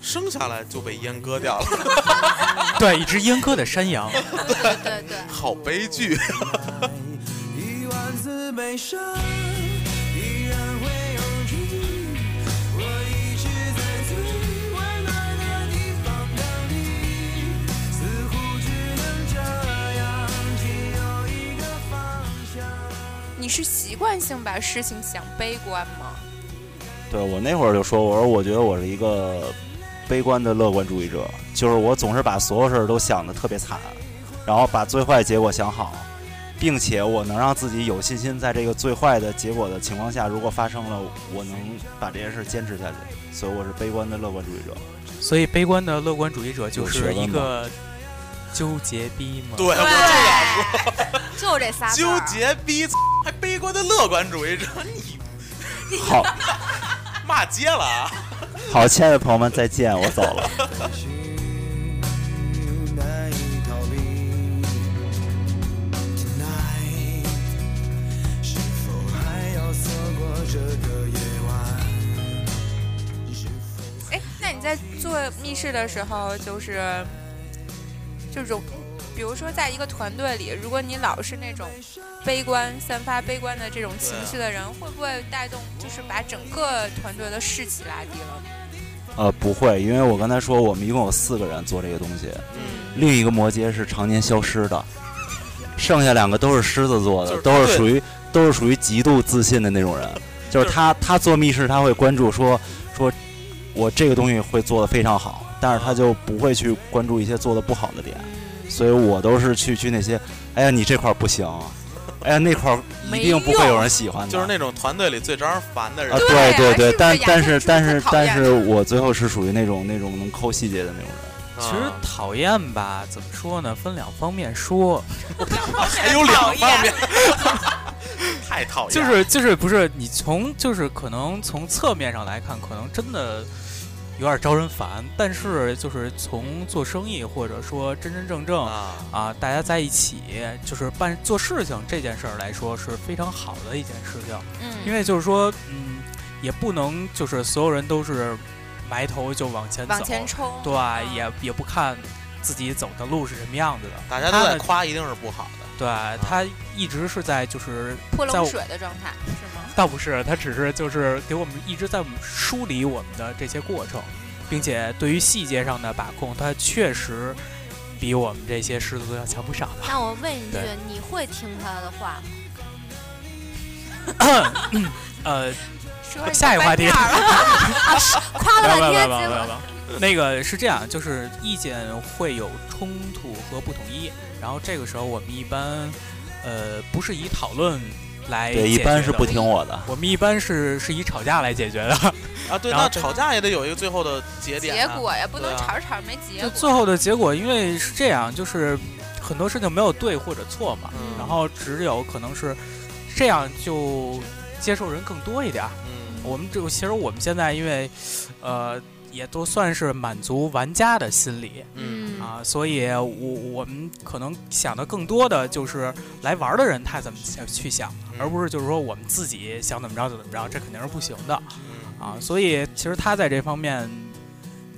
[SPEAKER 3] 生下来就被阉割掉了，
[SPEAKER 6] 对，一只阉割的山 羊。
[SPEAKER 4] 对对对。
[SPEAKER 3] 好悲剧。
[SPEAKER 1] 一万次悲伤，依然会涌出。我一直在最温暖的地方等你，似乎只能这样，只有一个方向。
[SPEAKER 2] 你是习惯性把事情想悲观吗？
[SPEAKER 5] 对我那会儿就说，我说我觉得我是一个悲观的乐观主义者，就是我总是把所有事儿都想的特别惨，然后把最坏结果想好，并且我能让自己有信心，在这个最坏的结果的情况下，如果发生了，我能把这件事坚持下去。所以我是悲观的乐观主义者。
[SPEAKER 6] 所以悲观的乐观主义者就是一
[SPEAKER 5] 有学问
[SPEAKER 6] 个纠结逼嘛。
[SPEAKER 3] 对，我这
[SPEAKER 4] 就这仨
[SPEAKER 3] 样
[SPEAKER 4] 字
[SPEAKER 3] 纠
[SPEAKER 4] 儿
[SPEAKER 3] 结逼，还悲观的乐观主义者， 你
[SPEAKER 5] 好，
[SPEAKER 3] 骂街了啊！
[SPEAKER 5] 好，亲爱的朋友们，再见，我走了。
[SPEAKER 1] 情绪难以逃避。Tonight，是否还要错过这个夜晚？是否
[SPEAKER 2] 哎，那你在做入密室的时候，就是就容，比如说在一个团队里，如果你老是那种悲观、散发悲观的这种情绪的人，会不会带动就是把整个团队的士气拉低了？
[SPEAKER 5] 呃，不会，因为我刚才说我们一共有四个人做这个东西，
[SPEAKER 2] 嗯，
[SPEAKER 5] 另一个摩羯是常年消失的，剩下两个都是狮子座的，
[SPEAKER 3] 就是
[SPEAKER 5] 都是
[SPEAKER 3] 对
[SPEAKER 5] 属于都是属于极度自信的那种人。就
[SPEAKER 3] 就
[SPEAKER 5] 是
[SPEAKER 3] 是
[SPEAKER 5] 他他做密室，他会关注说说，我这个东西会做的非常好，但是他就不会去关注一些做的不好的点。所以我都是去去那些，哎呀你这块儿不行，哎呀那块儿一定不会有人喜欢的。
[SPEAKER 3] 就是那种团队里最招人烦的人
[SPEAKER 5] 啊，。
[SPEAKER 2] 对
[SPEAKER 5] 对
[SPEAKER 2] 啊
[SPEAKER 5] 对
[SPEAKER 2] 是不
[SPEAKER 5] 对
[SPEAKER 2] 是，
[SPEAKER 5] 但
[SPEAKER 2] 呀
[SPEAKER 5] 但
[SPEAKER 2] 这
[SPEAKER 5] 是
[SPEAKER 2] 是
[SPEAKER 5] 但
[SPEAKER 2] 很
[SPEAKER 5] 是
[SPEAKER 2] 讨
[SPEAKER 5] 但
[SPEAKER 2] 厌
[SPEAKER 5] 是
[SPEAKER 2] 的
[SPEAKER 5] 我最后是属于那种那种能抠细节的那种人。
[SPEAKER 3] 啊
[SPEAKER 6] 其实讨厌吧，怎么说呢？分两方面说，
[SPEAKER 3] 还有两方面， 太讨厌
[SPEAKER 6] 就
[SPEAKER 3] 了。
[SPEAKER 6] 是就是不是你从就是可能从侧面上来看，可能真的有点招人烦，但是就是从做生意或者说真真正正
[SPEAKER 3] 啊，
[SPEAKER 6] 啊，大家在一起就是办做事情这件事儿来说是非常好的一件事情，
[SPEAKER 2] 嗯，
[SPEAKER 6] 因为就是说，嗯，也不能就是所有人都是埋头就往前走，
[SPEAKER 2] 往前冲，啊
[SPEAKER 6] 对，啊也也不看自己走的路是什么样子的，
[SPEAKER 3] 大家都在夸，一定是不好的。
[SPEAKER 6] 对
[SPEAKER 2] 啊
[SPEAKER 6] 他一直是在就是
[SPEAKER 2] 泼
[SPEAKER 6] 在
[SPEAKER 2] 冷
[SPEAKER 6] 我
[SPEAKER 2] 水的状态是吗？
[SPEAKER 6] 倒不是，他只是就是给我们一直在我们梳理我们的这些过程，并且对于细节上的把控，他确实比我们这些狮子座要强不少
[SPEAKER 4] 那我问一句
[SPEAKER 6] 对，
[SPEAKER 4] 你会听他的话吗？
[SPEAKER 6] 的。 呃，
[SPEAKER 2] 说你
[SPEAKER 6] 下一个话题
[SPEAKER 2] 翻面儿了
[SPEAKER 4] 夸了
[SPEAKER 6] 不要
[SPEAKER 4] 半
[SPEAKER 6] 不
[SPEAKER 4] 天，
[SPEAKER 6] 要不要
[SPEAKER 4] 结
[SPEAKER 6] 不
[SPEAKER 4] 果
[SPEAKER 6] 要不要！那个是这样，就是意见会有冲突和不统一，然后这个时候我们一般，呃，不是以讨论来
[SPEAKER 2] 哎
[SPEAKER 5] 对，一
[SPEAKER 6] 解
[SPEAKER 5] 般
[SPEAKER 6] 决
[SPEAKER 5] 是
[SPEAKER 6] 的
[SPEAKER 5] 不听我的。
[SPEAKER 6] 我们一般是是以吵架来解决的，
[SPEAKER 3] 啊，对，
[SPEAKER 6] 然后
[SPEAKER 3] 那吵架也得有一个最后的节点
[SPEAKER 2] 结
[SPEAKER 3] 啊。
[SPEAKER 2] 果呀，不能
[SPEAKER 3] 对啊
[SPEAKER 2] 吵着吵着没结
[SPEAKER 6] 就嗯
[SPEAKER 2] 果。
[SPEAKER 6] 最后的结果，因为是这样，就是很多事情没有对或者错嘛，
[SPEAKER 3] 嗯
[SPEAKER 6] 然后只有可能是这样就接受人更多一点儿。
[SPEAKER 3] 嗯，
[SPEAKER 6] 我们就其实我们现在因为，呃，也都算是满足玩家的心理，
[SPEAKER 3] 嗯，
[SPEAKER 6] 啊，所以我我们可能想的更多的就是来玩儿的人他怎么想去想，
[SPEAKER 3] 嗯
[SPEAKER 6] 而不是就是说我们自己想怎么着就怎么着，这肯定是不行的
[SPEAKER 3] 嗯
[SPEAKER 6] 啊。所以其实他在这方面，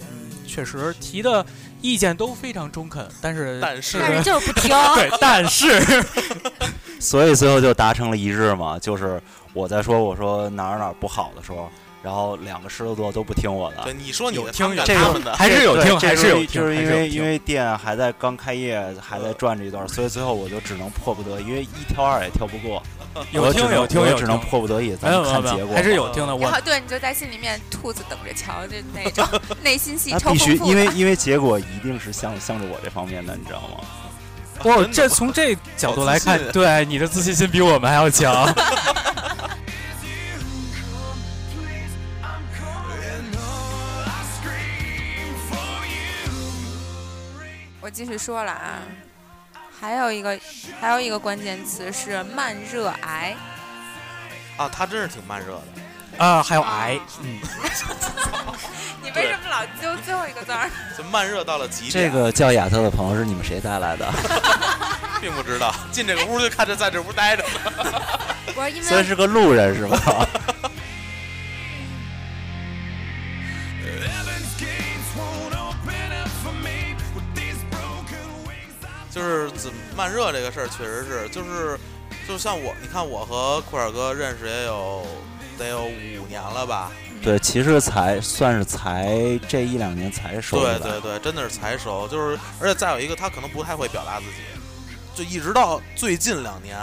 [SPEAKER 6] 嗯，确实提的意见都非常中肯，但是
[SPEAKER 3] 但是
[SPEAKER 4] 但是就是不 听。
[SPEAKER 6] 对，但是
[SPEAKER 5] 所以最后就达成了一致嘛，就是我在说我说哪儿哪儿不好的时候，然后两个狮子座都不听我的
[SPEAKER 3] 对，。你说你
[SPEAKER 6] 有
[SPEAKER 3] 的，
[SPEAKER 6] 听
[SPEAKER 3] 他们干他
[SPEAKER 6] 有 听
[SPEAKER 3] 们的，
[SPEAKER 6] 还是有
[SPEAKER 5] 对
[SPEAKER 6] 听，
[SPEAKER 5] 这
[SPEAKER 6] 还是
[SPEAKER 5] 是
[SPEAKER 6] 有
[SPEAKER 5] 一
[SPEAKER 6] 听，
[SPEAKER 5] 就是
[SPEAKER 6] 还
[SPEAKER 5] 因
[SPEAKER 6] 有
[SPEAKER 5] 为
[SPEAKER 6] 听
[SPEAKER 5] 因为店还在刚开业，还在转这一段，所以最后我就只能迫不得已，因为一挑二也挑不过，
[SPEAKER 6] 有
[SPEAKER 5] 我只
[SPEAKER 6] 听
[SPEAKER 5] 能
[SPEAKER 6] 有听
[SPEAKER 5] 我
[SPEAKER 6] 有
[SPEAKER 5] 只能
[SPEAKER 6] 听
[SPEAKER 5] 迫不得已，咱
[SPEAKER 6] 没有
[SPEAKER 5] 们
[SPEAKER 6] 没有
[SPEAKER 5] 看
[SPEAKER 6] 没
[SPEAKER 5] 结
[SPEAKER 6] 有，
[SPEAKER 5] 果。
[SPEAKER 6] 还是有听的。
[SPEAKER 2] 然
[SPEAKER 6] 我
[SPEAKER 2] 后对，你就在心里面兔子等着瞧，就那 种内心戏
[SPEAKER 5] 那
[SPEAKER 2] 超
[SPEAKER 5] 必须
[SPEAKER 2] 丰，富。
[SPEAKER 5] 因为因为结果一定是向向着我这方面的，你知道 吗？
[SPEAKER 6] 哇，
[SPEAKER 3] 真的
[SPEAKER 6] 这从这角度来看
[SPEAKER 3] 好自信，
[SPEAKER 6] 对你的自信心比我们还要强。
[SPEAKER 2] 我继续说了啊，还有一个还有一个关键词是慢热癌，
[SPEAKER 3] 啊，他真是挺慢热的。
[SPEAKER 6] 啊，还有癌，嗯，
[SPEAKER 2] 你为什么老揪最后一个字 儿？
[SPEAKER 3] 这慢热到了极
[SPEAKER 5] 这
[SPEAKER 3] 点，
[SPEAKER 5] 个叫亚特的朋友是你们谁带 来的？
[SPEAKER 3] 并不知道进这个屋就看着在这屋待着。
[SPEAKER 4] 不是因
[SPEAKER 5] 虽
[SPEAKER 4] 为
[SPEAKER 5] 然是个路人是吧？
[SPEAKER 3] 就是怎么慢热这个事儿，确实是，就是就像我，你看我和库尔哥认识也有得有五年了吧？
[SPEAKER 5] 对，其实才算是才这一两年才熟
[SPEAKER 3] 对
[SPEAKER 5] 的吧。
[SPEAKER 3] 对对，真的是才熟，就是而且再有一个，他可能不太会表达自己，就一直到最近两年，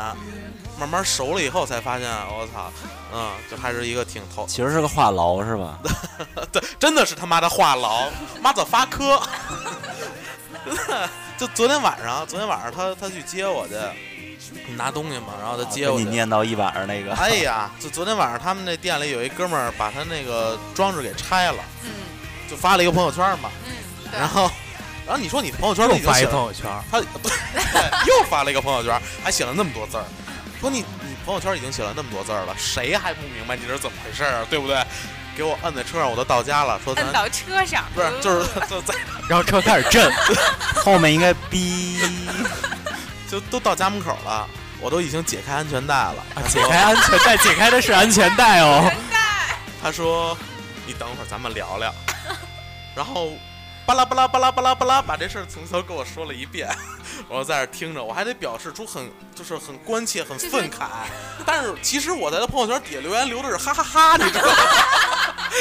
[SPEAKER 3] 慢慢熟了以后才发现，我、操，嗯，就还是一个挺头，
[SPEAKER 5] 其实是个话痨是吧？
[SPEAKER 3] 对，真的是他妈的话痨，妈的发科， 真的。就昨天晚上，昨天晚上他他去接我去，拿东西嘛，然后他接
[SPEAKER 5] 跟
[SPEAKER 3] 我
[SPEAKER 5] 哎你
[SPEAKER 3] 去。
[SPEAKER 5] 念叨一晚上 那个。
[SPEAKER 3] 哎 呀，就昨天晚上他们那店里有一哥们儿把他那个装置给拆了，
[SPEAKER 2] 嗯
[SPEAKER 3] 就发了一个朋友圈嘛。
[SPEAKER 2] 嗯，
[SPEAKER 3] 然
[SPEAKER 2] 对，
[SPEAKER 3] 后，然后你说你朋友圈
[SPEAKER 6] 又
[SPEAKER 3] 里已经
[SPEAKER 6] 发一
[SPEAKER 3] 写了
[SPEAKER 6] 朋友圈，
[SPEAKER 3] 他对又发了一个朋友圈，还写了那么多字儿。说你你朋友圈已经写了那么多字儿了，谁还不明白你这是怎么回事儿啊？对不对？给我摁在车上，我都到家了。说咱
[SPEAKER 2] 摁到车上，
[SPEAKER 3] 不是就是
[SPEAKER 6] 嗯
[SPEAKER 3] 就在
[SPEAKER 6] 然后车开始震，
[SPEAKER 5] 后面应该逼，
[SPEAKER 3] 就都到家门口了，我都已经解开安全带了。
[SPEAKER 6] 啊解开安全带，解开 的是安全带哦。
[SPEAKER 3] 他说：“你等会儿，咱们聊聊。”然后巴拉巴拉巴拉巴拉巴拉把这事儿从头跟我说了一遍， 我在那儿听着，我还得表示出很就是很关切、很
[SPEAKER 2] 就是
[SPEAKER 3] 愤 慨，但是其实我在他朋友圈底下留言留的是哈哈哈你知道吗？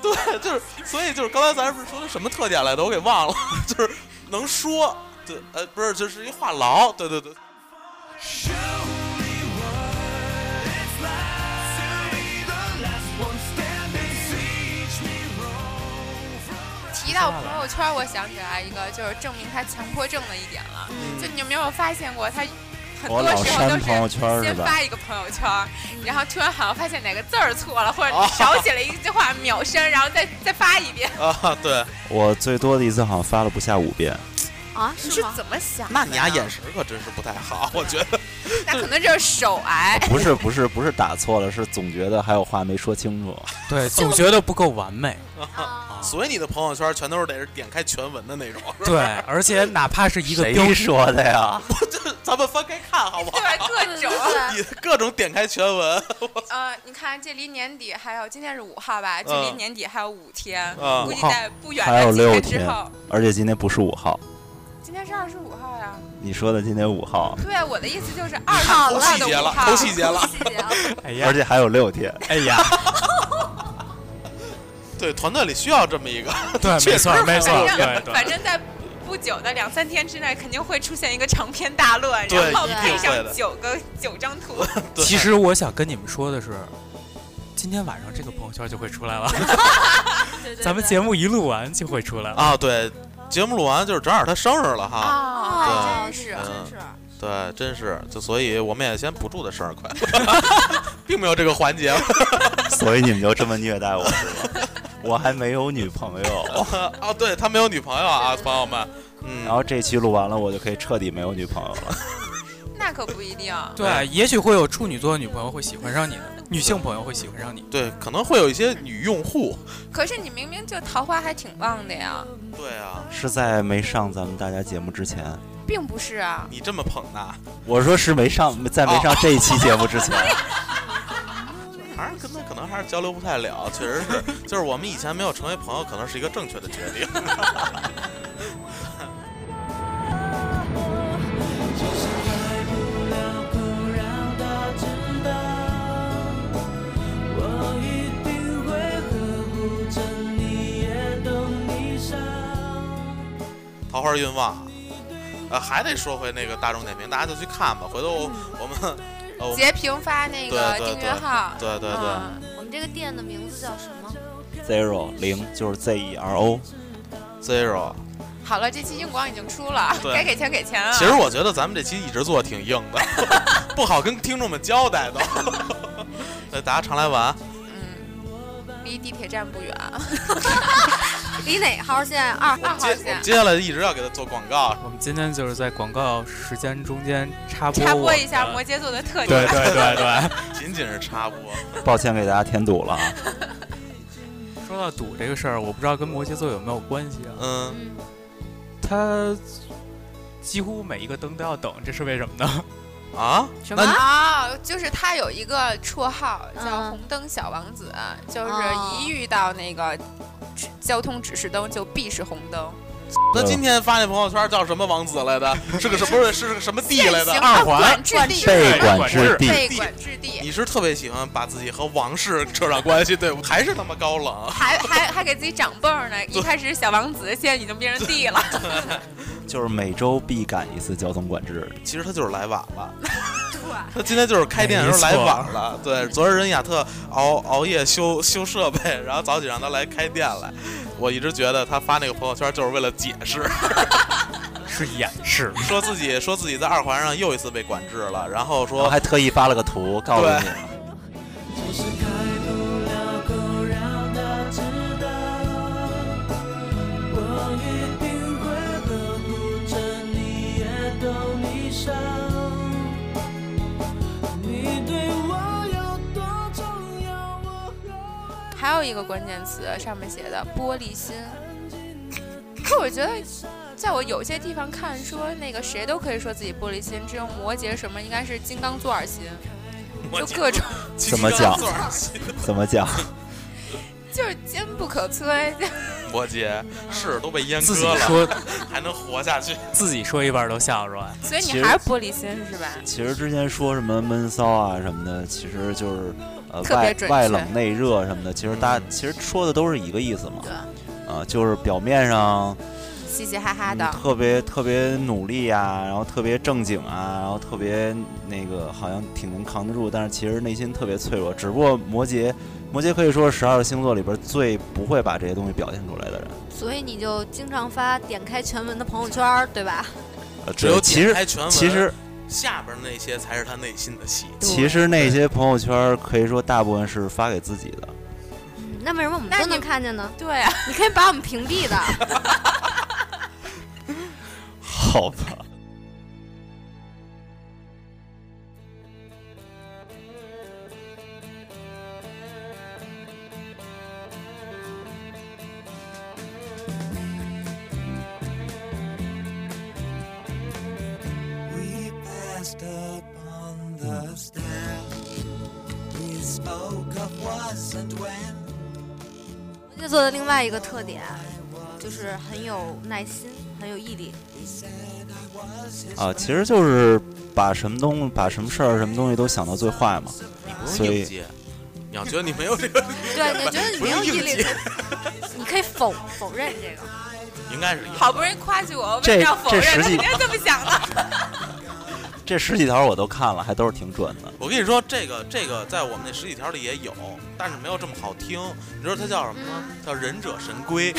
[SPEAKER 3] 对，就是所以就是刚才咱不是说的什么特点来着，我给忘了， 就是能说。对，呃，不是，就是一话痨，对对对，
[SPEAKER 1] Show me what it's like to be the last one standing. Teach me wrong from
[SPEAKER 2] 提到朋友圈，我想起来一个，就是证明他强迫症的一点了。就你有没有发现过，他很
[SPEAKER 5] 嗯我
[SPEAKER 2] 多
[SPEAKER 5] 老
[SPEAKER 2] 时候都
[SPEAKER 5] 删朋友圈
[SPEAKER 2] 是
[SPEAKER 5] 儿是
[SPEAKER 2] 先
[SPEAKER 5] 吧
[SPEAKER 2] 发一个朋友圈儿，然后突然好像发现哪个字儿错了， 或者你少写了一句话秒删，然后再再发一遍。
[SPEAKER 3] 啊，对，
[SPEAKER 5] 我最多的一次好像发了不下五遍。
[SPEAKER 4] 啊，
[SPEAKER 2] 你
[SPEAKER 4] 是
[SPEAKER 2] 是
[SPEAKER 4] 吗？
[SPEAKER 2] 怎么想的？
[SPEAKER 3] 那你俩眼，神可真是不太好，我觉得。
[SPEAKER 2] 那可能就是手癌。
[SPEAKER 5] 不是不是不是打错了，是总觉得还有话没说清楚。
[SPEAKER 6] 对，总觉得不够完美。
[SPEAKER 4] 啊
[SPEAKER 3] 所以你的朋友圈全都是得是点开全文的那种。是吧
[SPEAKER 6] 对，而且哪怕是一个标
[SPEAKER 5] 说的呀？
[SPEAKER 3] 咱们翻开看好不好？
[SPEAKER 2] 对，各种。
[SPEAKER 3] 你各种点开全文
[SPEAKER 2] 呃，你看，这离年底还有，今天是五号吧？距离
[SPEAKER 3] 嗯
[SPEAKER 2] 年底还有五天，
[SPEAKER 3] 嗯
[SPEAKER 2] 估计
[SPEAKER 5] 五号
[SPEAKER 2] 在不远
[SPEAKER 5] 还
[SPEAKER 2] 的
[SPEAKER 5] 有
[SPEAKER 2] 几
[SPEAKER 5] 六
[SPEAKER 2] 天之
[SPEAKER 5] 天
[SPEAKER 2] 后，
[SPEAKER 5] 而且今天不是五号，
[SPEAKER 2] 今天是二十五号呀。
[SPEAKER 5] 你说的今天五号，
[SPEAKER 2] 对，我的意思就是二十
[SPEAKER 4] 好
[SPEAKER 2] 五
[SPEAKER 3] 抠
[SPEAKER 4] 了
[SPEAKER 2] 号
[SPEAKER 3] 细
[SPEAKER 2] 的
[SPEAKER 3] 节
[SPEAKER 2] 五
[SPEAKER 3] 了，
[SPEAKER 2] 号。
[SPEAKER 3] 抠细节 了。
[SPEAKER 4] 细节啊
[SPEAKER 6] 哎
[SPEAKER 5] 而且还有六天。
[SPEAKER 6] 哎呀，
[SPEAKER 3] 对，团队里需要这么一个。
[SPEAKER 6] 对， 没错儿，没错儿，
[SPEAKER 2] 反
[SPEAKER 6] 对
[SPEAKER 2] 正
[SPEAKER 6] 对。
[SPEAKER 2] 反正在不久的两三天之内，肯定会出现一个长篇大论，
[SPEAKER 3] 对
[SPEAKER 2] 然后
[SPEAKER 4] 一定
[SPEAKER 2] 配
[SPEAKER 3] 会的
[SPEAKER 2] 上九个九张图。
[SPEAKER 3] 对
[SPEAKER 6] 其实我想跟你们说的是，今天晚上这个朋友圈就会 出来了，
[SPEAKER 4] 对对
[SPEAKER 6] 咱们
[SPEAKER 4] 对
[SPEAKER 6] 节目一录完就会出来了。
[SPEAKER 3] 啊，对，节目录完就是正好他生日了哈。
[SPEAKER 2] 啊，
[SPEAKER 4] 啊，
[SPEAKER 2] 真
[SPEAKER 4] 是
[SPEAKER 2] 是
[SPEAKER 3] 对
[SPEAKER 4] 真是。
[SPEAKER 3] 对，真是，就所以我们也先不祝他生日快乐， 并没有这个环节。
[SPEAKER 5] 所以你们就这么虐待我是吗？我还没有女朋 友，
[SPEAKER 3] 哦，对他没有女朋友啊，朋友们。
[SPEAKER 5] 然
[SPEAKER 3] 嗯，
[SPEAKER 5] 后这期录完了，我就可以彻底没有女朋友了。
[SPEAKER 2] 那可不一定。
[SPEAKER 6] 对，也许会有处女座的女朋友会喜欢上你的，女性朋友会喜欢上你。
[SPEAKER 3] 对，可能会有一些女用户。
[SPEAKER 2] 可是你明明就桃花还挺旺的呀，
[SPEAKER 3] 对啊，
[SPEAKER 5] 是在没上咱们大家节目之前，
[SPEAKER 2] 并不是啊。
[SPEAKER 3] 你这么捧他，
[SPEAKER 5] 我说是没上，在没上这一期节目之前。
[SPEAKER 2] 哦
[SPEAKER 3] 还是跟他可能还是交流不太了，确实是，就是我们以前没有成为朋友，可能是一个正确的决定。
[SPEAKER 1] 就是爱不了，不让他知道，我一定会呵护着你，也懂你伤。
[SPEAKER 3] 桃花运旺，呃，还得说回那个大众点评，大家就去看吧。回头我我们，呃，我们
[SPEAKER 2] 截屏发那个
[SPEAKER 3] 对对
[SPEAKER 2] 订阅号。
[SPEAKER 3] 对对对，
[SPEAKER 2] 嗯，
[SPEAKER 4] 我们这个店的名字叫什么？
[SPEAKER 5] Zero 零就是 Z E R O，
[SPEAKER 3] Zero。
[SPEAKER 2] 好了，这期硬广已经出了，
[SPEAKER 3] 对
[SPEAKER 2] 该给钱给钱啊。
[SPEAKER 3] 其实我觉得咱们这期一直做挺硬的， 不好跟听众们交代都。 呃，大家常来玩，
[SPEAKER 2] 嗯，离地铁站不远，
[SPEAKER 4] 离哪号线？二
[SPEAKER 2] 二号
[SPEAKER 3] 接我
[SPEAKER 2] 线
[SPEAKER 3] 们。接下来一直要给他做广告。
[SPEAKER 6] 我们今天就是在广告时间中间插播
[SPEAKER 2] 插
[SPEAKER 6] 我
[SPEAKER 2] 播一下
[SPEAKER 6] 的
[SPEAKER 2] 摩羯座的特点。
[SPEAKER 6] 对对对对。
[SPEAKER 3] 仅仅是插播，
[SPEAKER 5] 抱歉给大家添堵了啊。
[SPEAKER 6] 说到赌这个事儿，我不知道跟摩羯座有没有关系啊？
[SPEAKER 3] 嗯，
[SPEAKER 4] 嗯，
[SPEAKER 6] 他几乎每一个灯都要等，这是为什么呢？
[SPEAKER 3] 啊，
[SPEAKER 4] 什
[SPEAKER 3] 那
[SPEAKER 4] 么？
[SPEAKER 2] 啊，就是他有一个绰号叫“
[SPEAKER 4] 嗯
[SPEAKER 2] 红灯小王子”，就是
[SPEAKER 4] 哦
[SPEAKER 2] 一遇到那个指交通指示灯就必是红灯。
[SPEAKER 3] 那今天发那朋友圈叫什么王子来的？是个什么？不是是个什么地来的？
[SPEAKER 2] 现行
[SPEAKER 6] 二环
[SPEAKER 2] 管制地，
[SPEAKER 5] 被管
[SPEAKER 6] 被
[SPEAKER 5] 制地，
[SPEAKER 2] 被管制地，
[SPEAKER 3] 你是特别喜欢把自己和王室扯上关系，对不？还是他妈高 冷？
[SPEAKER 2] 还还还给自己长辈儿呢。一开始是小王子，现在已经变成地了。
[SPEAKER 5] 就是每周必赶一次交通管制。
[SPEAKER 3] 其实他就是来晚了。他今天就是开店的时候来晚了。对，昨儿人亚特熬熬夜修修设备，然后早起让他来开店来。我一直觉得他发那个朋友圈就是为了解释，
[SPEAKER 6] 是掩饰。
[SPEAKER 3] 说自己说自己在二环上又一次被管制了，然后
[SPEAKER 6] 哦
[SPEAKER 5] 我
[SPEAKER 3] 说
[SPEAKER 5] 还特意发了个图告诉
[SPEAKER 3] 对
[SPEAKER 1] 就
[SPEAKER 5] 你，
[SPEAKER 1] 是开不了口，让他知道，我一定会呵护着你，也懂你伤。你对我有多重要，我要
[SPEAKER 2] 还有一个关键词上面写的玻璃心，可我觉得。在我有些地方看说那个谁都可以说自己玻璃心，只有摩羯什么应该是金刚座儿心，就各种
[SPEAKER 5] 怎么讲
[SPEAKER 3] 自己刚做儿
[SPEAKER 5] 怎么讲？
[SPEAKER 2] 就是坚不可摧，
[SPEAKER 3] 摩羯是都被阉
[SPEAKER 6] 自己
[SPEAKER 3] 割了，
[SPEAKER 6] 说
[SPEAKER 3] 还能活下去？
[SPEAKER 6] 自己说一半都笑出来。
[SPEAKER 2] 所以
[SPEAKER 5] 其
[SPEAKER 2] 你
[SPEAKER 5] 实
[SPEAKER 2] 还是玻璃心是吧？
[SPEAKER 5] 其实之前说什么闷骚啊什么的，其实就是呃
[SPEAKER 2] 特别
[SPEAKER 5] 外
[SPEAKER 2] 准确
[SPEAKER 5] 外冷内热什么的，其实大家
[SPEAKER 3] 嗯
[SPEAKER 5] 其实说的都是一个意思嘛。
[SPEAKER 2] 对，
[SPEAKER 5] 啊、就是表面上、
[SPEAKER 2] 嘻嘻哈哈
[SPEAKER 5] 嗯
[SPEAKER 2] 的，
[SPEAKER 5] 特别特别努力啊，然后特别正经啊，然后特别那个好像挺能扛得住，但是其实内心特别脆弱。只不过摩羯，摩羯可以说是十二星座里边最不会把这些东西表现出来的人。
[SPEAKER 4] 所以你就经常发点开全文的朋友圈儿，对吧？
[SPEAKER 5] 呃，
[SPEAKER 3] 只有
[SPEAKER 5] 其实
[SPEAKER 3] 点开全文，
[SPEAKER 5] 其实
[SPEAKER 3] 下边那些才是他内心的戏。
[SPEAKER 5] 其实那些朋友圈可以说大部分是发给自己的。
[SPEAKER 4] 嗯那为什么我们
[SPEAKER 2] 那
[SPEAKER 4] 都
[SPEAKER 2] 你
[SPEAKER 4] 能看见呢？
[SPEAKER 2] 对啊，
[SPEAKER 4] 你可以把我们屏蔽的。
[SPEAKER 5] 好吧。
[SPEAKER 1] We passed up on the stairs. We spoke of was and when.
[SPEAKER 4] 摩羯座的另外一个特点就是很有耐心，很有毅力。
[SPEAKER 5] 啊，其实就是把什么东把什么事儿、什么东西都想到最坏嘛。
[SPEAKER 3] 你不
[SPEAKER 5] 所
[SPEAKER 3] 用
[SPEAKER 5] 以
[SPEAKER 3] 应接，你要觉得你没有这个，
[SPEAKER 4] 对，你觉得你没有毅
[SPEAKER 3] 不
[SPEAKER 4] 力
[SPEAKER 3] 用硬，
[SPEAKER 4] 你可以否否认这个。
[SPEAKER 3] 应该是有
[SPEAKER 2] 好不容易夸起我，为什
[SPEAKER 5] 这
[SPEAKER 2] 么要否
[SPEAKER 5] 这
[SPEAKER 2] 认？
[SPEAKER 5] 实
[SPEAKER 2] 他
[SPEAKER 5] 际
[SPEAKER 2] 肯定这么想的。
[SPEAKER 5] 这十几条我都看了，还都是挺准的。
[SPEAKER 3] 我跟你说，这个这个在我们那十几条里也有，但是没有这么好听。你知道它叫什么吗？叫忍者神龟。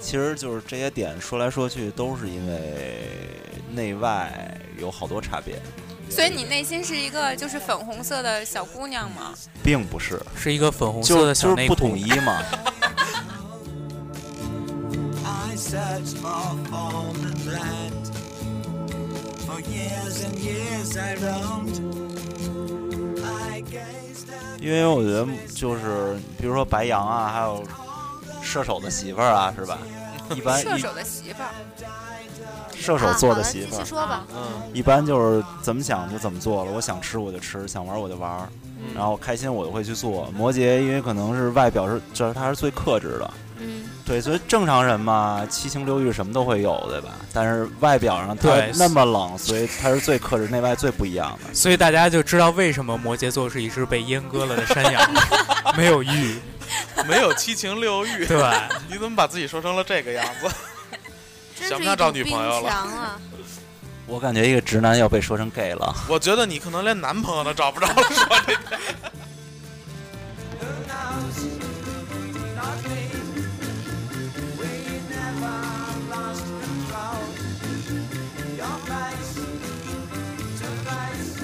[SPEAKER 5] 其实就是这些点说来说去都是因为内外有好多差别，
[SPEAKER 2] 所以你内心是一个就是粉红色的小姑娘吗？
[SPEAKER 5] 并不是
[SPEAKER 6] 是一个粉红色
[SPEAKER 5] 就
[SPEAKER 6] 的小
[SPEAKER 5] 就
[SPEAKER 6] 内
[SPEAKER 5] 是
[SPEAKER 6] 裤，
[SPEAKER 5] 不统一 嘛。
[SPEAKER 1] I searched for form and land. For years and years I roamed. I gazed at
[SPEAKER 5] 因为我觉得就是比如说白羊啊，还有射手的媳妇儿啊，是吧？一般
[SPEAKER 2] 射
[SPEAKER 5] 一
[SPEAKER 2] 手的媳妇儿，
[SPEAKER 5] 射手
[SPEAKER 4] 啊
[SPEAKER 5] 座
[SPEAKER 4] 好
[SPEAKER 5] 的
[SPEAKER 4] 了
[SPEAKER 5] 媳
[SPEAKER 4] 继
[SPEAKER 5] 妇
[SPEAKER 4] 续
[SPEAKER 5] 儿，啊
[SPEAKER 4] 说吧。
[SPEAKER 3] 嗯，
[SPEAKER 5] 一般就是怎么想就怎么做了，我想吃我就吃，想玩我就玩儿。
[SPEAKER 4] 嗯
[SPEAKER 5] 然后开心我就会去做。摩羯因为可能是外表是，这是他是最克制的，
[SPEAKER 4] 嗯，
[SPEAKER 5] 对，所以正常人嘛，七情六欲什么都会有，对吧？但是外表上他
[SPEAKER 6] 对
[SPEAKER 5] 那么冷，所以他是最克制，内外最不一样的。
[SPEAKER 6] 所以大家就知道为什么摩羯座是一只被阉割了的山羊，没有玉。
[SPEAKER 3] 没有七情六欲。
[SPEAKER 6] 对，
[SPEAKER 3] 你怎么把自己说成了这个样子？
[SPEAKER 4] 真
[SPEAKER 3] 想
[SPEAKER 4] 是
[SPEAKER 3] 不
[SPEAKER 4] 一
[SPEAKER 3] 想找
[SPEAKER 4] 堵
[SPEAKER 3] 女
[SPEAKER 4] 冰
[SPEAKER 3] 朋友了
[SPEAKER 4] 墙啊！
[SPEAKER 5] 我感觉一个直男要被说成 gay 了。
[SPEAKER 3] 我觉得你可能连男朋友都找不着了。说这
[SPEAKER 1] who knows, not me. We never lost control. Your face to face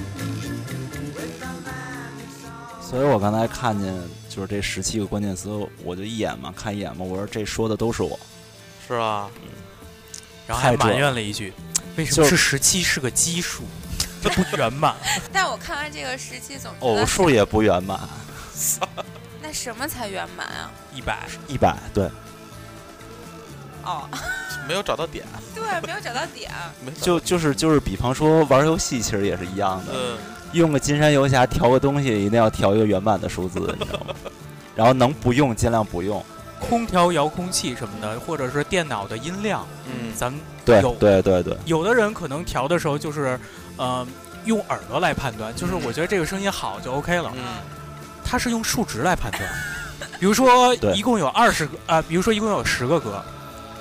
[SPEAKER 1] with the man who saw.
[SPEAKER 5] 所以我刚才看见就是这十七个关键词，我就一眼嘛看一眼嘛，我说这说的都是我。
[SPEAKER 3] 是吧？
[SPEAKER 6] 然后还
[SPEAKER 5] 太准
[SPEAKER 6] 埋
[SPEAKER 5] 了
[SPEAKER 6] 怨了一句：“为什
[SPEAKER 5] 就
[SPEAKER 6] 么是十七是个奇 数？这不圆满。
[SPEAKER 2] 但我看完这个时期总觉得
[SPEAKER 5] 偶数也不圆满，
[SPEAKER 2] 那什么才圆满啊？”
[SPEAKER 6] 一百，
[SPEAKER 5] 一百对，
[SPEAKER 2] 哦，
[SPEAKER 3] 没有找到点。
[SPEAKER 2] 对，没有找到点。
[SPEAKER 3] 没找
[SPEAKER 5] 就就是就是，比方说玩游戏其实也是一样的。
[SPEAKER 3] 嗯，
[SPEAKER 5] 用个金山游侠调个东西，一定要调一个圆满的数字，你知道吗？然后能不用尽量不用。
[SPEAKER 6] 空调遥控器什么的，或者是电脑的音量，
[SPEAKER 3] 嗯
[SPEAKER 6] 咱们
[SPEAKER 5] 对
[SPEAKER 6] 有
[SPEAKER 5] 对对对，
[SPEAKER 6] 有的人可能调的时候就是，呃，用耳朵来判断，就是
[SPEAKER 5] 嗯
[SPEAKER 6] 我觉得这个声音好就 OK 了。
[SPEAKER 3] 嗯，
[SPEAKER 6] 他是用数值来判断， 比如说
[SPEAKER 5] 对
[SPEAKER 6] 一共有二十个啊、比如说一共有十个格，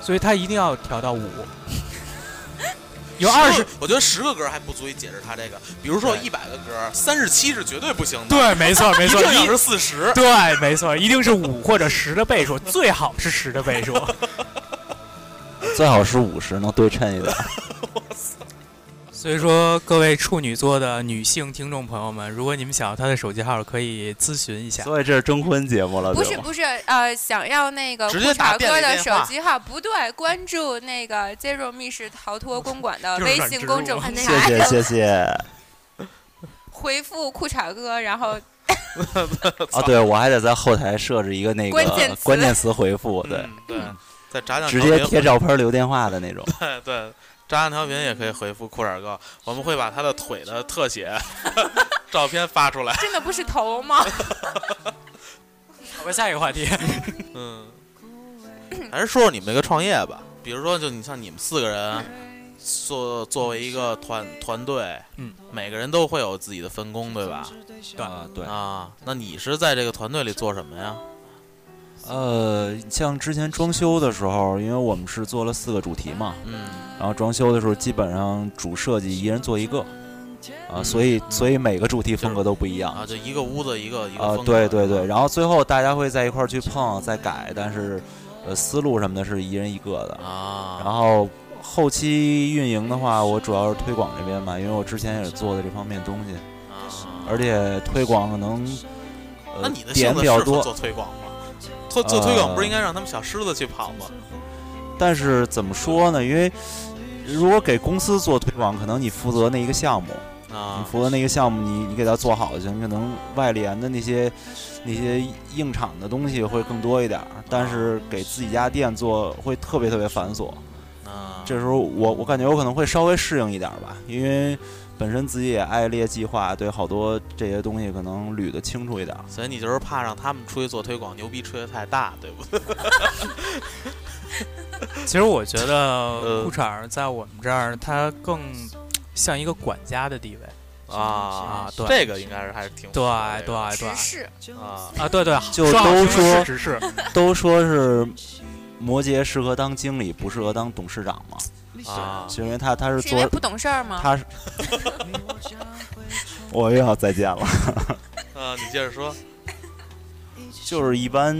[SPEAKER 6] 所以他一定要调 到五。有二十
[SPEAKER 3] 10，我觉得十个歌还不足以解释他这个。比如说
[SPEAKER 6] 对
[SPEAKER 3] 一百个歌，三十七是绝对不行的，
[SPEAKER 6] 对，没错没
[SPEAKER 3] 一
[SPEAKER 6] 错，
[SPEAKER 3] 定要
[SPEAKER 6] 一
[SPEAKER 3] 是四十。
[SPEAKER 6] 对，没错，一定是五或者十的倍数，最好是十的倍数。
[SPEAKER 5] 最好是五十，能对称一点。
[SPEAKER 6] 所以说，各位处女座的女性听众朋友们，如果你们想要他的手机号，可以咨询一下。
[SPEAKER 5] 所以这是征婚节目了，
[SPEAKER 2] 不
[SPEAKER 5] 对
[SPEAKER 2] 是
[SPEAKER 5] 吗？
[SPEAKER 2] 不是，呃，想要那个
[SPEAKER 3] 直
[SPEAKER 2] 裤
[SPEAKER 3] 接打
[SPEAKER 2] 衩
[SPEAKER 3] 店
[SPEAKER 2] 哥
[SPEAKER 3] 里
[SPEAKER 2] 的
[SPEAKER 3] 电
[SPEAKER 2] 手
[SPEAKER 3] 话
[SPEAKER 2] 机号，不对，关注那个“接入密室逃脱公馆”的
[SPEAKER 6] 又
[SPEAKER 2] 微
[SPEAKER 6] 软
[SPEAKER 2] 信
[SPEAKER 6] 植
[SPEAKER 2] 公
[SPEAKER 6] 入啊
[SPEAKER 2] 众
[SPEAKER 6] 了
[SPEAKER 2] 平
[SPEAKER 4] 谢
[SPEAKER 5] 谢
[SPEAKER 2] 台，
[SPEAKER 5] 谢谢谢。
[SPEAKER 2] 回复“裤衩哥”，然后
[SPEAKER 5] 哦啊，对我还得在后台设置一个那个
[SPEAKER 2] 关键词
[SPEAKER 5] 关键词回复，对。
[SPEAKER 3] 嗯对，在炸酱
[SPEAKER 5] 直
[SPEAKER 3] 调
[SPEAKER 5] 接
[SPEAKER 3] 频
[SPEAKER 5] 贴照片留电话的那种。
[SPEAKER 3] 对 对，炸酱调频也可以回复裤衩哥，我们会把他的腿的特写 照片发出来。
[SPEAKER 2] 真的不是头吗？
[SPEAKER 6] 好吧，下一个话题。
[SPEAKER 3] 嗯，还是说说你们这个创业吧。比如说，就你像你们四个人，作作为一个团团队，
[SPEAKER 6] 嗯，
[SPEAKER 3] 每个人都会有自己的分工，对吧？
[SPEAKER 6] 对
[SPEAKER 5] 啊，对，
[SPEAKER 3] 啊，那你是在这个团队里做什么呀？
[SPEAKER 5] 呃，像之前装修的时候，因为我们是做了四个主题嘛，
[SPEAKER 3] 嗯，
[SPEAKER 5] 然后装修的时候基本上主设计一人做一个，啊，所以所以每个主题风格都不一样。
[SPEAKER 3] 啊，就一个屋子一个一个
[SPEAKER 5] 啊，
[SPEAKER 3] 风格
[SPEAKER 5] 对对对，，然后最后大家会在一块儿去碰、再改，但是，呃，思路什么的是一人一个的。
[SPEAKER 3] 啊，
[SPEAKER 5] 然后后期运营的话，我主要是推广这边嘛，因为我之前也是做的这方面东西，
[SPEAKER 3] 啊
[SPEAKER 5] 而且推广可能，
[SPEAKER 3] 那
[SPEAKER 5] 呃
[SPEAKER 3] 你的，性
[SPEAKER 5] 点
[SPEAKER 3] 子
[SPEAKER 5] 比
[SPEAKER 3] 适
[SPEAKER 5] 较
[SPEAKER 3] 合
[SPEAKER 5] 多，
[SPEAKER 3] 做推广吗？做做推广不是应该让他们小狮子去跑吗？
[SPEAKER 5] 但是怎么说呢？因为如果给公司做推广，可能你负责那一个项目，你
[SPEAKER 3] 啊，
[SPEAKER 5] 负责那个项目，你你给它做好就行。你可能外联的那些那些硬场的东西会更多一点儿，但是给自己家店做会特别特别繁琐。
[SPEAKER 3] 啊，
[SPEAKER 5] 这时候我我感觉我可能会稍微适应一点儿吧，因为本身自己也爱列计划，对好多这些东西可能捋得清楚一点儿。
[SPEAKER 3] 所以你就是怕让他们出去做推广，牛逼吹得太大，对不对？
[SPEAKER 6] 其实我觉
[SPEAKER 3] 呃
[SPEAKER 6] 得裤衩儿在我们这儿，它更像一个管家的地位。
[SPEAKER 3] 啊
[SPEAKER 6] 啊对
[SPEAKER 3] 这个应该是还是挺
[SPEAKER 6] 对
[SPEAKER 3] 好的
[SPEAKER 6] 对对
[SPEAKER 2] 直视，
[SPEAKER 3] 这个啊，
[SPEAKER 6] 啊，对对，
[SPEAKER 5] 就
[SPEAKER 6] 说好
[SPEAKER 5] 都
[SPEAKER 6] 听的
[SPEAKER 5] 说
[SPEAKER 6] 是 只是
[SPEAKER 5] 都说是摩羯适合当经理，不适合当董事长嘛，
[SPEAKER 3] 啊
[SPEAKER 5] 是因为他他是
[SPEAKER 2] 是因为
[SPEAKER 5] 做
[SPEAKER 2] 不懂事儿吗？
[SPEAKER 5] 他是，我又要再见了。
[SPEAKER 3] 啊，你接着说
[SPEAKER 5] 就是一般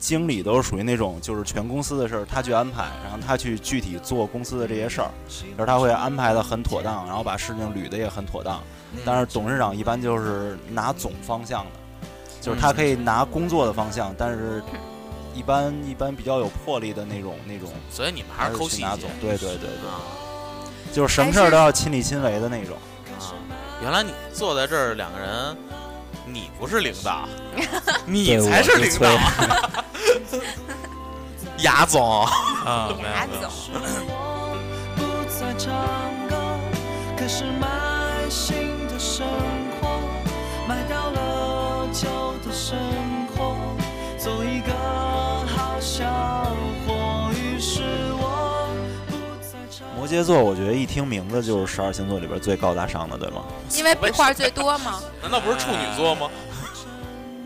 [SPEAKER 5] 经理都是属于那种，就是全公司的事儿他去安排，然后他去具体做公司的这些事儿，
[SPEAKER 3] 嗯
[SPEAKER 5] 而他会安排的很妥当，然后把事情捋的也很妥当。
[SPEAKER 3] 嗯
[SPEAKER 5] 但是董事长一般就是拿总方向的，就是他可以拿工作的方向，但是一般一般比较有魄力的那种那种
[SPEAKER 3] 所以你们还是抠
[SPEAKER 5] 去
[SPEAKER 3] 细
[SPEAKER 5] 拿
[SPEAKER 3] 节
[SPEAKER 5] 总，对对对对，
[SPEAKER 3] 啊
[SPEAKER 5] 就是什么事儿都要亲力亲为的那种。
[SPEAKER 3] 啊！原来你坐在这儿两个人，你不是领导，你
[SPEAKER 5] 对我
[SPEAKER 3] 才是领导
[SPEAKER 5] 催，
[SPEAKER 3] 雅总。
[SPEAKER 6] 啊，没有
[SPEAKER 2] 拿
[SPEAKER 6] 没有。
[SPEAKER 2] 走。
[SPEAKER 1] 不再唱歌，开始买新的生活，买掉了旧的生活，做一个好小伙。于是我不再唱
[SPEAKER 5] 摩羯座，我觉得一听名字就是十二星座里边最高大上的，对吗？
[SPEAKER 2] 因为笔画最多嘛。
[SPEAKER 3] 难道不是处女座吗？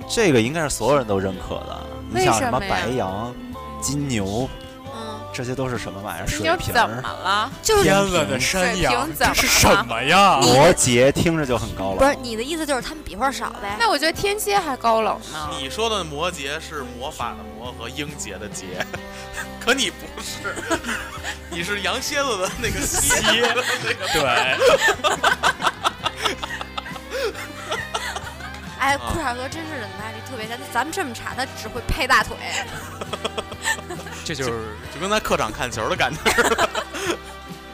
[SPEAKER 5] 这个应该是所有人都认可的。你
[SPEAKER 2] 为
[SPEAKER 5] 想
[SPEAKER 2] 什
[SPEAKER 5] 么
[SPEAKER 2] 么呀
[SPEAKER 5] 白羊、金牛，
[SPEAKER 4] 嗯，
[SPEAKER 5] 这些都是什么玩意儿？
[SPEAKER 2] 金
[SPEAKER 5] 水
[SPEAKER 2] 牛
[SPEAKER 5] 瓶
[SPEAKER 2] 怎么
[SPEAKER 5] 儿、
[SPEAKER 2] 了？
[SPEAKER 4] 就是
[SPEAKER 6] 天了的山羊，
[SPEAKER 2] 水瓶怎么了
[SPEAKER 6] 这是什么呀？
[SPEAKER 5] 摩羯，听着就很高
[SPEAKER 4] 不
[SPEAKER 5] 了。
[SPEAKER 4] 是你的意思就是他们笔画少呗？
[SPEAKER 2] 那我觉得天蝎还高冷呢。
[SPEAKER 3] 你说的摩羯是魔法的魔和英杰的杰， 可你不是， 你是羊蝎子的那个蝎， 那个
[SPEAKER 6] 对，
[SPEAKER 3] 嗯
[SPEAKER 4] 哎，裤衩哥真是忍耐力特别强，咱们这么查，他只会拍大腿。
[SPEAKER 6] 这就是
[SPEAKER 3] 就跟在客场看球的感觉似 的。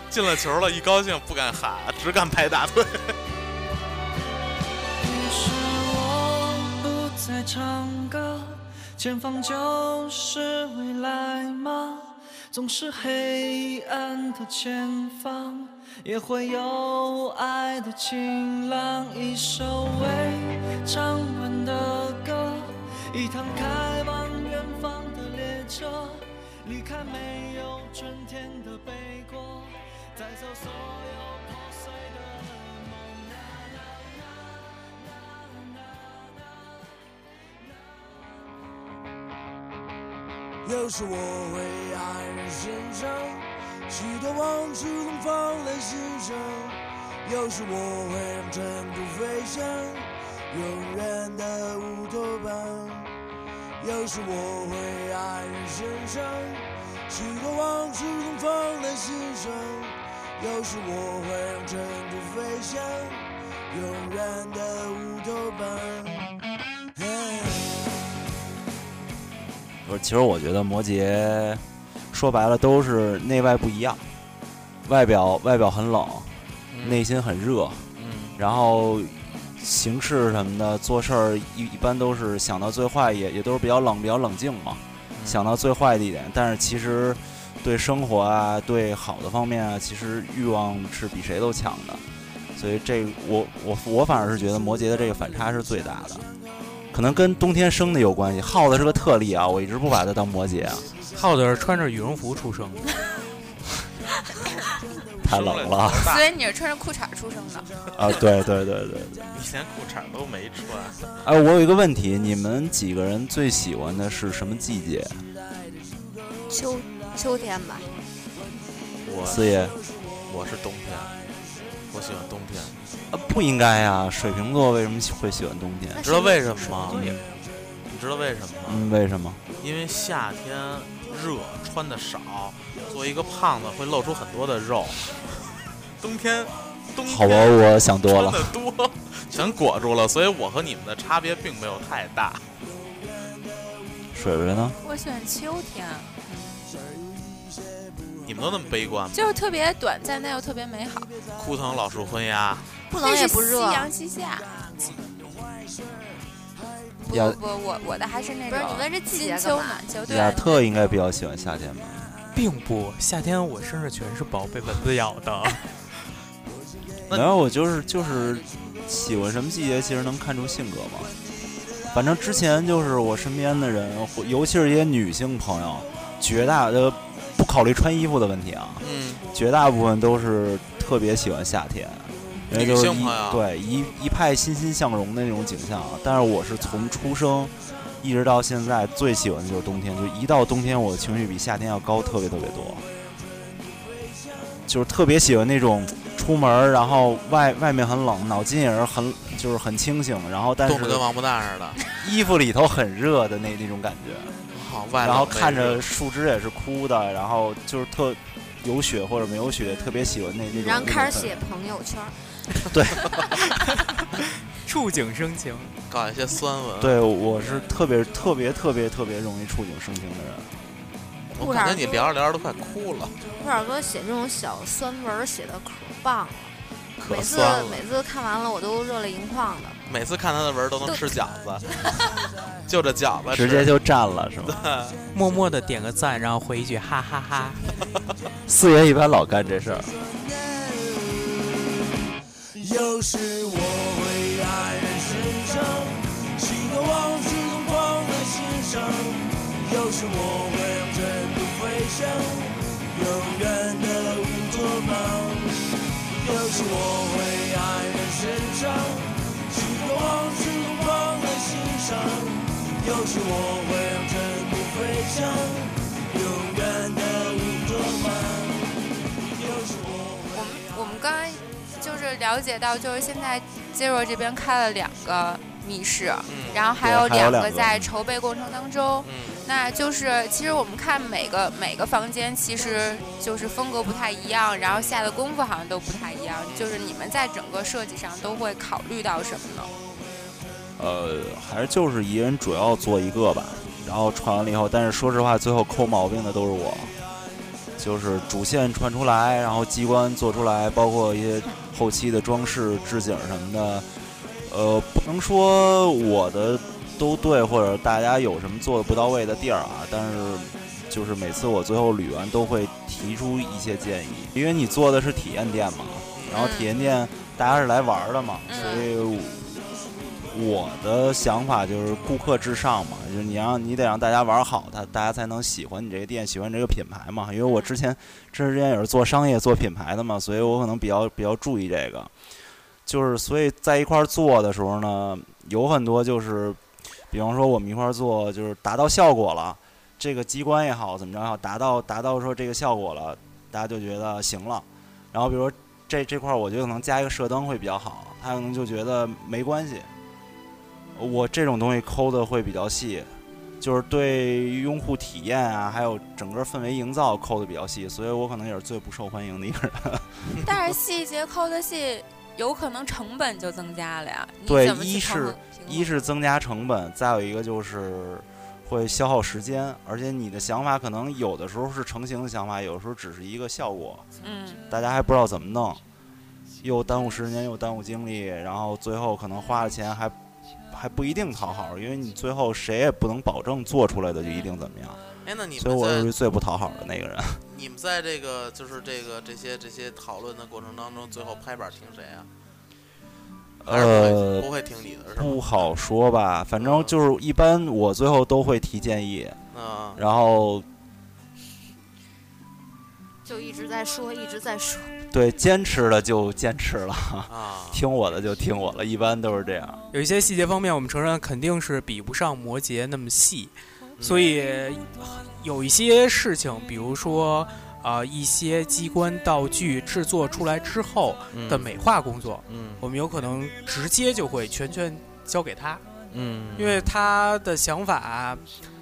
[SPEAKER 3] 进了球了，一高兴不敢喊，只敢拍大腿。
[SPEAKER 1] 于是我不再唱歌，前方就是未来吗？总是黑暗的前方，也会有爱的晴朗。一首未唱完的歌，一趟开往远方的列车，离开没有春天的北国，带走所有破碎的梦。
[SPEAKER 8] 又是我为爱人献唱，许多往事总放在心上。又是我会让尘土飞翔，永远的乌托邦。又是我为爱人献唱，许多往事总放在心上。又是我会让尘土飞翔，永远的乌托邦。嘿
[SPEAKER 5] 不是，其实我觉得摩羯，说白了都是内外不一样，外表外表很冷，内心很热，
[SPEAKER 3] 嗯
[SPEAKER 5] 然后行事什么的，做事儿一一般都是想到最坏，也也都是比较冷、比较冷静嘛。想到最坏的一点，但是其实对生活啊，对好的方面啊，其实欲望是比谁都强的。所以这我我我反而是觉得摩羯的这个反差是最大的，可能跟冬天生的有关系。耗子是个特例啊，我一直不把它当摩羯啊，
[SPEAKER 6] 耗子是穿着羽绒服出生的，
[SPEAKER 5] 太冷了
[SPEAKER 2] 所以你是穿着裤衩出生的，
[SPEAKER 5] 啊！对对对对对。
[SPEAKER 3] 你连裤衩都没穿，
[SPEAKER 5] 哎，我有一个问题，你们几个人最喜欢的是什么季节？
[SPEAKER 4] 秋秋天吧，
[SPEAKER 3] 我
[SPEAKER 5] 四爷，
[SPEAKER 3] 我是冬天，我喜欢冬天，
[SPEAKER 5] 啊，不应该呀、水瓶座为什么会喜欢冬天？
[SPEAKER 3] 你知道为什么吗？你知道为什么吗？
[SPEAKER 5] 嗯，为什么？
[SPEAKER 3] 因为夏天热，穿的少，作为一个胖子会露出很多的肉。冬天，冬天
[SPEAKER 5] 好吧，我想多
[SPEAKER 3] 穿
[SPEAKER 5] 了。
[SPEAKER 3] 的多，全裹住了，所以我和你们的差别并没有太大。
[SPEAKER 5] 水水呢？
[SPEAKER 2] 我喜欢秋天，
[SPEAKER 3] 你们都那么悲观吗，
[SPEAKER 2] 就是特别短暂但又特别美好，
[SPEAKER 3] 枯藤老树昏鸦，
[SPEAKER 4] 不冷也不热
[SPEAKER 2] 那是夕。阳西下。不
[SPEAKER 5] 亚
[SPEAKER 2] 不不，我我的还是那
[SPEAKER 4] 不是
[SPEAKER 2] 种
[SPEAKER 4] 你问这季节
[SPEAKER 2] 金
[SPEAKER 4] 干
[SPEAKER 2] 秋
[SPEAKER 4] 嘛？
[SPEAKER 2] 暖秋，对，
[SPEAKER 5] 亚特应该比较喜欢夏天吧？
[SPEAKER 6] 并不。夏天我身上全是宝被蚊子咬 的，
[SPEAKER 3] 那
[SPEAKER 5] 然后我就是就是喜欢什么季节，其实能看出性格嘛。反正之前就是我身边的人，或尤其是一些女性朋友，绝大的不考虑穿衣服的问题啊，
[SPEAKER 3] 嗯，
[SPEAKER 5] 绝大部分都是特别喜欢夏天，因为就
[SPEAKER 3] 嗯
[SPEAKER 5] 是
[SPEAKER 3] 女性
[SPEAKER 5] 一
[SPEAKER 3] 朋友
[SPEAKER 5] 对一一派欣欣向荣的那种景象。啊但是我是从出生一直到现在最喜欢的就是冬天，就一到冬天我情绪比夏天要高特别特别多，就是特别喜欢那种出门儿然后外外面很冷，脑筋也是很就是很清醒，然后但是
[SPEAKER 3] 冻得跟王八蛋似的，
[SPEAKER 5] 衣服里头很热的那那种感觉。
[SPEAKER 3] 好外冷
[SPEAKER 5] 然后
[SPEAKER 3] 内热
[SPEAKER 5] 看着树枝也是枯的，然后就是特有雪或者没有雪，特别喜欢那那种。
[SPEAKER 4] 然后开始
[SPEAKER 5] 那种
[SPEAKER 4] 写朋友圈儿，
[SPEAKER 6] 触景生情。
[SPEAKER 3] 搞一些酸文。
[SPEAKER 5] 氛围。，对，我是特别特别特别特别容易触景生情的人。
[SPEAKER 3] 我感觉你聊着聊着都快哭了，
[SPEAKER 4] 布尔哥写这种小酸文儿写的可棒了，
[SPEAKER 3] 可
[SPEAKER 4] 每次
[SPEAKER 3] 酸了。
[SPEAKER 4] 每次看完了我都热泪盈眶的。
[SPEAKER 3] 每次看他的文儿都能
[SPEAKER 4] 都
[SPEAKER 3] 吃饺子， 就这饺子嗯
[SPEAKER 5] 直接就占了 是吗？
[SPEAKER 6] 默默的点个赞，然后回一句哈哈哈
[SPEAKER 5] 四爷一般老干这事儿，
[SPEAKER 8] 有时我会黯然神伤，许多往事都放在心上。有时我会让尘土飞翔，永远的乌托邦。有时我会黯然神伤，许多往事都放在心上。有时我会让尘土飞翔，永远的乌托邦。有时我会。
[SPEAKER 2] 我们我们刚才就是了解到，就是现在 Zero 这边开了两个密室，
[SPEAKER 3] 嗯
[SPEAKER 2] 然后还
[SPEAKER 5] 对
[SPEAKER 2] 有
[SPEAKER 5] 还有
[SPEAKER 2] 两
[SPEAKER 5] 两
[SPEAKER 2] 个
[SPEAKER 5] 个嗯
[SPEAKER 2] 在筹备过程当中。
[SPEAKER 3] 嗯，
[SPEAKER 2] 那就是其实我们看每个每个房间，其实就是风格不太一样，然后下的功夫好像都不太一样。就是你们在整个设计上都会考虑到什么呢？
[SPEAKER 5] 呃，还是就是一人主要做一个吧，然后传完了以后，但是说实话，最后抠毛病的都是我，就是主线传出来，然后机关做出来，包括一些后期的装饰、置景什么的，呃，不能说我的都对，或者大家有什么做的不到位的地儿啊，但是。就是每次我最后捋完都会提出一些建议，因为你做的是体验店嘛，然后体验店大家是来玩儿的嘛，
[SPEAKER 2] 嗯
[SPEAKER 5] 所以我我的想法就是顾客至上嘛，就是你让你得让大家玩好它，大家才能喜欢你这个店，喜欢你这个品牌嘛。因为我之前之前也是做商业、做品牌的嘛，所以我可能比较比较注意这个。就是所以在一块儿做的时候呢，有很多就是，比方说我们一块儿做，就是达到效果了，这个机关也好怎么着也好，达到达到说这个效果了，大家就觉得行了。然后比如说这这块儿，我觉得可能加一个射灯会比较好，他可能就觉得没关系。我这种东西抠的会比较细，就是对用户体验啊，还有整个氛围营造抠的比较细，所以我可能也是最不受欢迎的一个人。
[SPEAKER 2] 但是细节抠的细，有可能成本就增加了呀。你
[SPEAKER 5] 对
[SPEAKER 2] 怎么去
[SPEAKER 5] 一
[SPEAKER 2] 平衡
[SPEAKER 5] 是
[SPEAKER 2] 平衡
[SPEAKER 5] 一是增加成本，再有一个就是会消耗时间，而且你的想法可能有的时候是成型的想法，有时候只是一个效果，
[SPEAKER 2] 嗯。
[SPEAKER 5] 大家还不知道怎么弄，又耽误时间，又耽误精力，然后最后可能花了钱还还不一定讨好，因为你最后谁也不能保证做出来的就一定怎么样。
[SPEAKER 3] 哎，那你
[SPEAKER 5] 所以
[SPEAKER 3] 们
[SPEAKER 5] 我
[SPEAKER 3] 在
[SPEAKER 5] 是最不讨好的那个人。
[SPEAKER 3] 你们在这个就是这个这些这些讨论的过程当中，最后拍板听谁啊？还是不会、
[SPEAKER 5] 呃
[SPEAKER 3] 不会听你的是
[SPEAKER 5] 不
[SPEAKER 3] 吗？
[SPEAKER 5] 好说吧，反正就是一般我最后都会提建议，
[SPEAKER 3] 嗯，
[SPEAKER 5] 然后
[SPEAKER 4] 就一直在说，一直在说。
[SPEAKER 5] 对坚持的就坚持 了，
[SPEAKER 3] 啊，
[SPEAKER 5] 听我的就听我的，一般都是这样。
[SPEAKER 6] 有一些细节方面，我们承认肯定是比不上摩羯那么细，所以有一些事情，比如说啊、呃一些机关道具制作出来之后的美化工作，
[SPEAKER 3] 嗯
[SPEAKER 6] 我们有可能直接就会全权交给他，
[SPEAKER 3] 嗯，
[SPEAKER 6] 因为他的想法，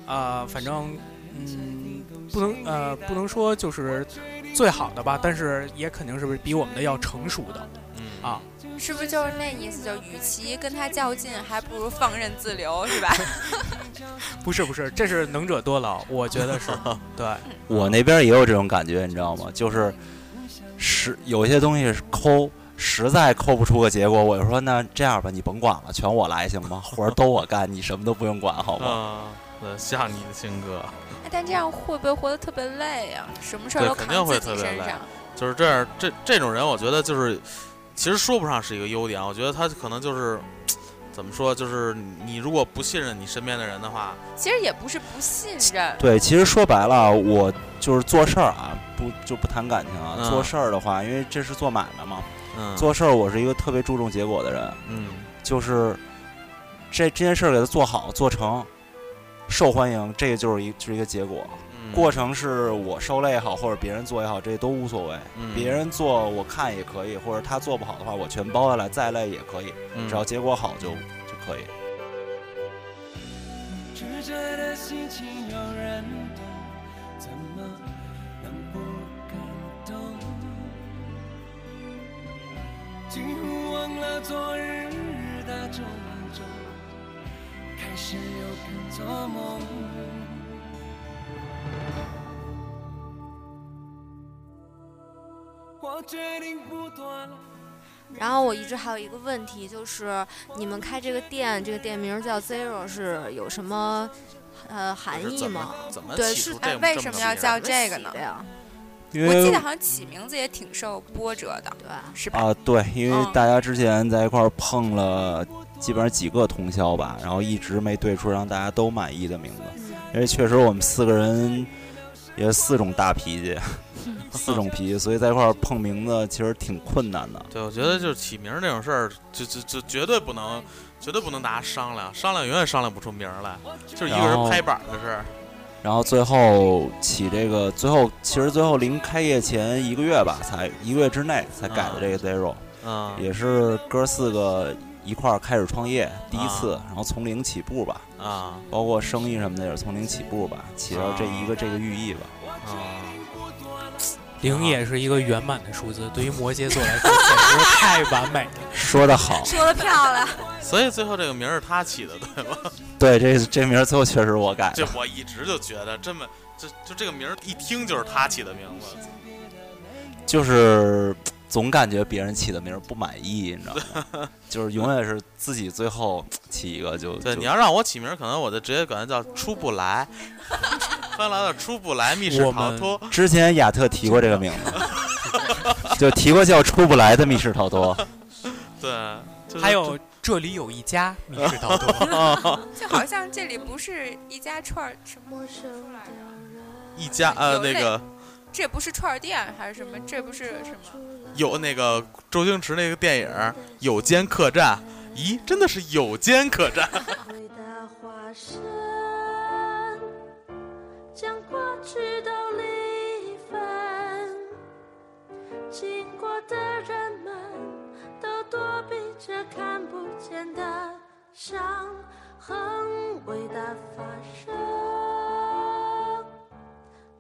[SPEAKER 6] 呃，反正嗯，不能呃不能说就是最好的吧，但是也肯定是比我们的要成熟的。
[SPEAKER 3] 嗯
[SPEAKER 6] 啊
[SPEAKER 2] 是不是就是那意思？就与其跟他较劲，还不如放任自流，是吧？
[SPEAKER 6] 不是不是，这是能者多劳，我觉 得是对。
[SPEAKER 5] 我那边也有这种感觉，你知道吗？就是实有些东西是抠，实在抠不出个结果，我就说那这样吧，你甭管了，全我来行 吗？活儿都我干，你什么都不用管，好吗？
[SPEAKER 3] 啊，那像你的性格
[SPEAKER 2] 哎但这样会不会活得特别累呀、什么事儿
[SPEAKER 3] 对
[SPEAKER 2] 都
[SPEAKER 3] 肯
[SPEAKER 2] 扛
[SPEAKER 3] 定会
[SPEAKER 2] 自
[SPEAKER 3] 特
[SPEAKER 2] 己
[SPEAKER 3] 别
[SPEAKER 2] 身
[SPEAKER 3] 累
[SPEAKER 2] 上。
[SPEAKER 3] 就是这样，这这种人，我觉得就是其实说不上是一个优点，我觉得他可能就是。怎么说？就是你如果不信任你身边的人的话，
[SPEAKER 2] 其实也不是不信任，
[SPEAKER 5] 对，其实说白了，我就是做事儿啊，不就不谈感情啊。
[SPEAKER 3] 嗯
[SPEAKER 5] 做事儿的话，因为这是做买卖嘛，
[SPEAKER 3] 嗯，
[SPEAKER 5] 做事儿我是一个特别注重结果的人，
[SPEAKER 3] 嗯
[SPEAKER 5] 就是这这件事儿给它做好做成，受欢迎，这个就是一就是一个结果。
[SPEAKER 3] 嗯
[SPEAKER 5] 过程是我受累也好，或者别人做也好，这都无所谓。
[SPEAKER 3] 嗯
[SPEAKER 5] 别人做我看也可以，或者他做不好的话，我全包下来，再累也可以，
[SPEAKER 3] 嗯
[SPEAKER 5] 只要结果好就就可以。
[SPEAKER 8] 曲折的心情有人懂，怎么能不感动？几乎忘了昨日的种种，开始又敢做梦。我决定不躲了。
[SPEAKER 4] 然后我一直还有一个问题，就是你们开这个店，这个店名叫 Zero 是有什么呃含
[SPEAKER 3] 就是
[SPEAKER 4] 义
[SPEAKER 3] 怎么
[SPEAKER 4] 吗？
[SPEAKER 3] 怎么
[SPEAKER 4] 对
[SPEAKER 3] 起
[SPEAKER 4] 是
[SPEAKER 3] 出
[SPEAKER 2] 哎
[SPEAKER 3] 这么
[SPEAKER 2] 为
[SPEAKER 3] 这
[SPEAKER 2] 什
[SPEAKER 3] 么
[SPEAKER 2] 么要
[SPEAKER 3] 个
[SPEAKER 2] 叫
[SPEAKER 3] 名儿
[SPEAKER 2] 这个呢
[SPEAKER 4] 怎么起的呀？
[SPEAKER 5] 因
[SPEAKER 2] 我记
[SPEAKER 5] 为
[SPEAKER 2] 得好像起名字也挺受波折的，
[SPEAKER 4] 对，
[SPEAKER 2] 是吧？
[SPEAKER 5] 啊，对，因为
[SPEAKER 2] 嗯
[SPEAKER 5] 大家之前在一块儿碰了基本上几个通宵吧，然后一直没对出让大家都满意的名字。
[SPEAKER 4] 嗯，
[SPEAKER 5] 因为确实我们四个人也四种大脾气，四种脾气，所以在一块儿碰名字其实挺困难的。
[SPEAKER 3] 对，我觉得就是起名儿这种事儿，就就就绝对不能，绝对不能大家商量，商量永远商量不出名儿来，就是一个
[SPEAKER 5] 然
[SPEAKER 3] 人
[SPEAKER 5] 后
[SPEAKER 3] 拍板儿的事儿。
[SPEAKER 5] 然后最后起这个，最后其实最后临开业前一个月吧，才一个月之内才改的这个 zero，、
[SPEAKER 3] 嗯
[SPEAKER 5] 也是哥四个一块儿开始创业第一次，然后从零起步吧，
[SPEAKER 3] 啊
[SPEAKER 5] 包括生意什么的也是从零起步吧，起到这一个这个寓意吧。
[SPEAKER 3] 啊！
[SPEAKER 6] 零也是一个圆满的数字，对于摩羯座来说简直太完美了。
[SPEAKER 5] 说得 好，
[SPEAKER 4] 说的漂亮。
[SPEAKER 3] 所以最后这个名儿是他起的，对吗？
[SPEAKER 5] 对，这这名儿最后确实我改
[SPEAKER 3] 这
[SPEAKER 5] 的，
[SPEAKER 3] 我一直就觉得这么。就就这个名儿一听就是他起的名字，
[SPEAKER 5] 就是总感觉别人起的名儿不满意，你知道吗？ 就是永远是自己最后起一个就
[SPEAKER 3] 对，
[SPEAKER 5] 就
[SPEAKER 3] 你要让我起名儿，可能我就直接管它叫出不 来，翻来了出不来密室
[SPEAKER 6] 我
[SPEAKER 3] 逃
[SPEAKER 6] 们
[SPEAKER 3] 脱，
[SPEAKER 5] 之前亚特提过这个名字，就提过叫出不来的密室逃脱。
[SPEAKER 3] 对，就是
[SPEAKER 6] 还有这里有一家密室逃脱，
[SPEAKER 2] 就好像这里不是一家串儿什么什么来着？
[SPEAKER 3] 一家呃
[SPEAKER 2] 有
[SPEAKER 3] 那
[SPEAKER 2] 类
[SPEAKER 3] 个
[SPEAKER 2] 这不是串儿店还是什么？这不是什么？
[SPEAKER 3] 有那个周星驰那个电影《有间客栈》，咦，真的是有间客栈。
[SPEAKER 9] 回到华山，将过去都离分。经过的人们都躲避着看不见的伤痕。回到发生，